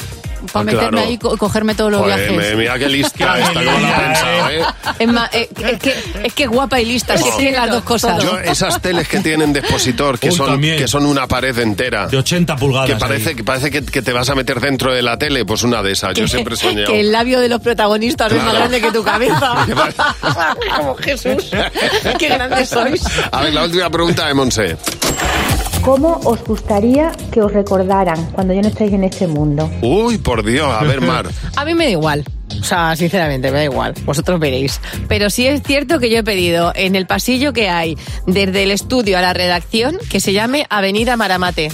S17: Para
S3: Ah,
S17: meterme
S3: claro.
S17: ahí y co- cogerme todos los
S3: Joder,
S17: viajes.
S3: me- mira qué lista esta, cómo la ha pensado, ¿eh?
S4: Es, ma- eh, es que, es que guapa y lista, es que tiene las dos cosas.
S3: Yo, eh, esas teles que tienen de expositor, que,
S13: Uy,
S3: son,
S13: también.
S3: que son una pared entera. De
S13: 80 pulgadas.
S3: Que parece, que, parece que, que te vas a meter dentro de la tele, pues una de esas. Yo siempre he soñado.
S4: que el labio de los protagonistas no es
S3: Claro.
S4: más grande que tu cabeza. Como Jesús. Qué grandes sois.
S3: A ver, la última pregunta de Monse.
S19: ¿Cómo os gustaría que os recordaran cuando ya no estáis en este mundo?
S3: Uy, por Dios, a ver, Mar.
S4: A mí me da igual. O sea, sinceramente, me da igual. Vosotros veréis. Pero sí es cierto que yo he pedido en el pasillo que hay desde el estudio a la redacción que se llame Avenida Maramate.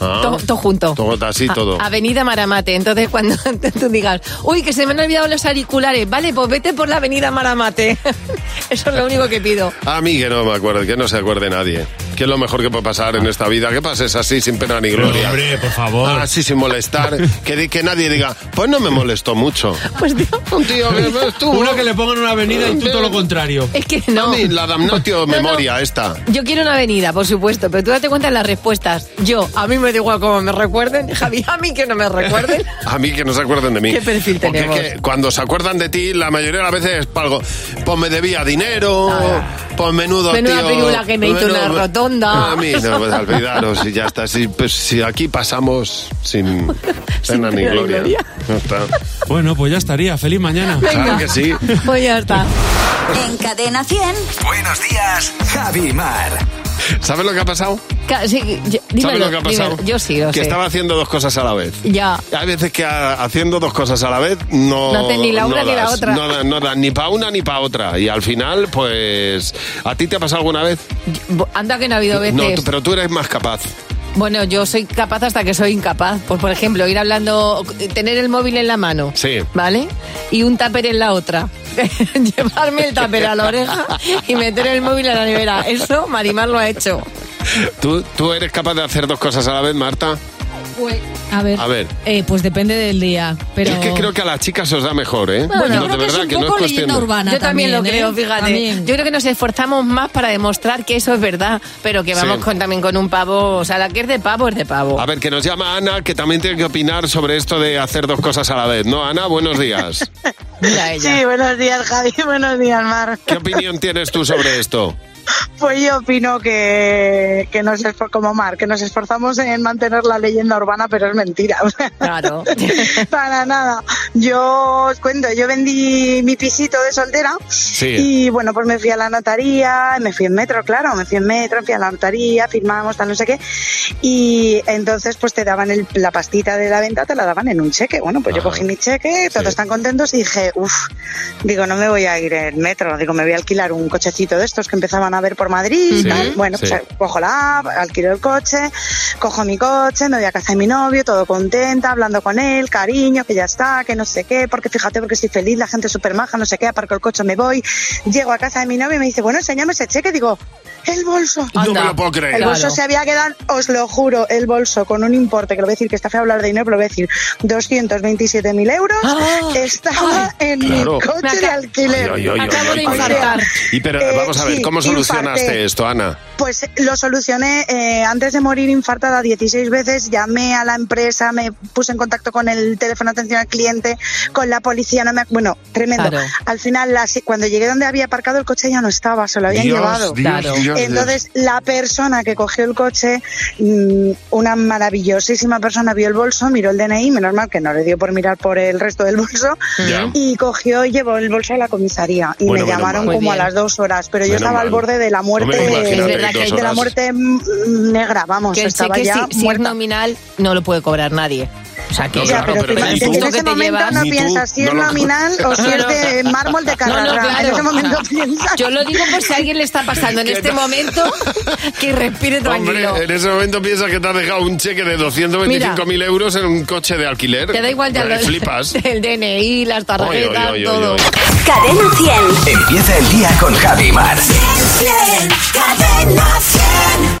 S3: Ah.
S4: Todo, todo junto.
S3: Todo así,
S4: A-
S3: todo.
S4: Avenida Maramate. Entonces, cuando tú digas, uy, que se me han olvidado los auriculares, vale, pues vete por la Avenida Maramate. Eso es lo único que pido.
S3: A mí que no me acuerde, que no se acuerde nadie. Que es lo mejor que puede pasar en esta vida. Que pases así sin pena ni gloria. hombre, por favor. Así sin molestar. que, di- que nadie diga, pues no me molestó mucho.
S4: Pues
S3: un tío que estuvo.
S13: Uno que le pongan una avenida y tú todo lo contrario.
S4: Es que no.
S3: A mí la damnatio
S4: No, no.
S3: memoria esta.
S4: Yo quiero una avenida, por supuesto, pero tú date cuenta de las respuestas. Yo, a mí me da igual cómo me recuerden, Javi, a mí que no me recuerden.
S3: A mí que no se acuerden de mí.
S4: ¿Qué perfil
S3: Porque es
S4: tenemos?
S3: que cuando se acuerdan de ti, la mayoría de las veces es para algo. Pues me debía dinero, pues menudo
S4: Ah. Menuda
S3: tío.
S4: pirula que me hizo una rotonda.
S3: A mí no, pues olvidaros y ya está. Si, pues, si aquí pasamos sin pena ni
S13: pena ni
S3: gloria.
S13: gloria.
S3: Ya está.
S13: Bueno, pues ya estaría. Feliz mañana.
S3: Venga. Claro que sí.
S4: Pues ya está.
S1: En Cadena 100.
S2: Buenos días, Javi Mar.
S3: ¿Sabes lo que ha pasado?
S4: Ca- sí, yo- dímelo,
S3: ¿Sabes lo que ha pasado?
S4: dímelo. Yo sí, lo
S3: Que
S4: sé.
S3: estaba haciendo dos cosas a la vez.
S4: Ya.
S3: Hay veces que a- haciendo dos cosas a la vez no.
S4: No haces ni la una ni la
S3: das,
S4: otra.
S3: No, das- no das ni para una ni para otra. Y al final, pues. ¿A ti te ha pasado alguna vez?
S4: Bo- Anda que no ha habido veces.
S3: No, tú- pero tú eres más capaz.
S4: Bueno, yo soy capaz hasta que soy incapaz. Pues, por ejemplo, ir hablando, tener el móvil en la mano,
S3: Sí.
S4: ¿vale? Y un tupper en la otra. Llevarme el tupper a la oreja y meter el móvil a la nevera. Eso Marimar lo ha hecho.
S3: ¿Tú, tú eres capaz de hacer dos cosas a la vez, Marta?
S20: Pues, a ver.
S3: A ver.
S20: Eh, pues depende del día, pero...
S3: Es que creo que a las chicas os da mejor, ¿eh?
S20: Bueno,
S3: No,
S20: yo creo
S3: de
S20: que es
S3: verdad
S20: un
S3: que no es
S20: poco
S3: cuestión. de-
S20: leyenda urbana.
S4: Yo también, lo
S20: también, ¿eh?
S4: creo, fíjate.
S20: También.
S4: Yo creo que nos esforzamos más para demostrar que eso es verdad, pero que vamos
S3: Sí.
S4: con, también con un pavo. O sea, la que es de pavo es de pavo.
S3: A ver, que nos llama Ana, que también tiene que opinar sobre esto de hacer dos cosas a la vez, ¿no? Ana, buenos días.
S21: Sí, buenos días, Javi. Buenos días, Mar.
S3: ¿Qué opinión tienes tú sobre esto?
S21: Pues yo opino que, que nos esfor- como Mar, que nos esforzamos en mantener la leyenda urbana, pero es mentira.
S4: Claro.
S21: Para nada. Yo os cuento, yo vendí mi pisito de soltera
S27: Sí.
S21: y bueno, pues me fui a la notaría, me fui en metro, claro, me fui en metro, fui a la notaría, firmábamos tal no sé qué y entonces pues te daban el- la pastita de la venta, te la daban en un cheque. Bueno, pues yo cogí mi cheque, todos están contentos y dije, uff, digo, no me voy a ir en metro, digo, me voy a alquilar un cochecito de estos que empezaban a ver por Madrid y
S28: Sí,
S21: tal. Bueno,
S28: sí.
S21: pues cojo la app, alquilo el coche, cojo mi coche, me voy a casa de mi novio, todo contenta, hablando con él, cariño, que ya está, que no sé qué, porque fíjate, porque estoy feliz, la gente es súper maja, no sé qué, aparco el coche, me voy, llego a casa de mi novio y me dice, bueno, enséñame ese cheque, digo, el bolso.
S3: No Anda. me lo puedo creer.
S21: El bolso
S3: Claro.
S21: se había quedado, os lo juro, el bolso con un importe, que lo voy a decir, que está feo hablar de dinero, pero lo voy a decir, 227.000 euros, estaba en
S3: Claro.
S21: mi coche de alquiler.
S3: Ay, ay, ay, ay, ay, ay. Y pero
S21: Eh,
S3: vamos a ver,
S21: sí,
S3: ¿cómo solucionaste
S21: infarté.
S3: esto, Ana?
S21: Pues lo solucioné eh, antes de morir infartada 16 veces, llamé a la empresa, me puse en contacto con el teléfono de atención al cliente, con la policía, no me ac- bueno, tremendo.
S7: Claro.
S21: Al final la si- cuando llegué donde había aparcado el coche ya no estaba, se lo habían
S7: Dios,
S21: llevado.
S7: Dios, Claro. Dios, Dios.
S21: Entonces la persona que cogió el coche, mm, una maravillosísima persona vio el bolso, miró el DNI, menos mal que no le dio por mirar por el resto del bolso
S3: Ya.
S21: y cogió y llevó el bolso a la comisaría y
S3: Bueno,
S21: me
S3: menos
S21: llamaron
S3: mal.
S21: como a
S3: Muy bien.
S21: las dos horas, pero yo
S3: Menos
S21: estaba al
S3: mal.
S21: borde de la muerte
S3: Hombre, imagínate, Es verdad que- dos
S21: de la
S3: horas.
S21: muerte mm, negra, vamos,
S4: que el
S21: estaba
S4: cheque,
S21: ya
S4: si, si es
S21: muerta.
S4: nominal, no lo puede cobrar nadie. O sea, que
S21: Ya, pero fíjate, en ese momento no piensas si es nominal o si es de mármol de Carrara.
S4: No, no, claro.
S21: En ese momento piensas.
S4: Yo lo digo por si a alguien le está pasando en
S21: Que
S4: este
S21: no.
S4: momento que respire tranquilo.
S3: Hombre, en ese momento piensas que te has dejado un cheque de 225.000 euros en un coche de alquiler.
S4: Te da igual ya
S3: Eh,
S4: lo
S3: Flipas.
S4: El DNI, las
S3: Oy, oy,
S4: tarjetas,
S3: oy, oy,
S4: todo.
S3: oy.
S1: Cadena 100.
S2: Empieza el día con Javi Mar.
S1: Cadena 100.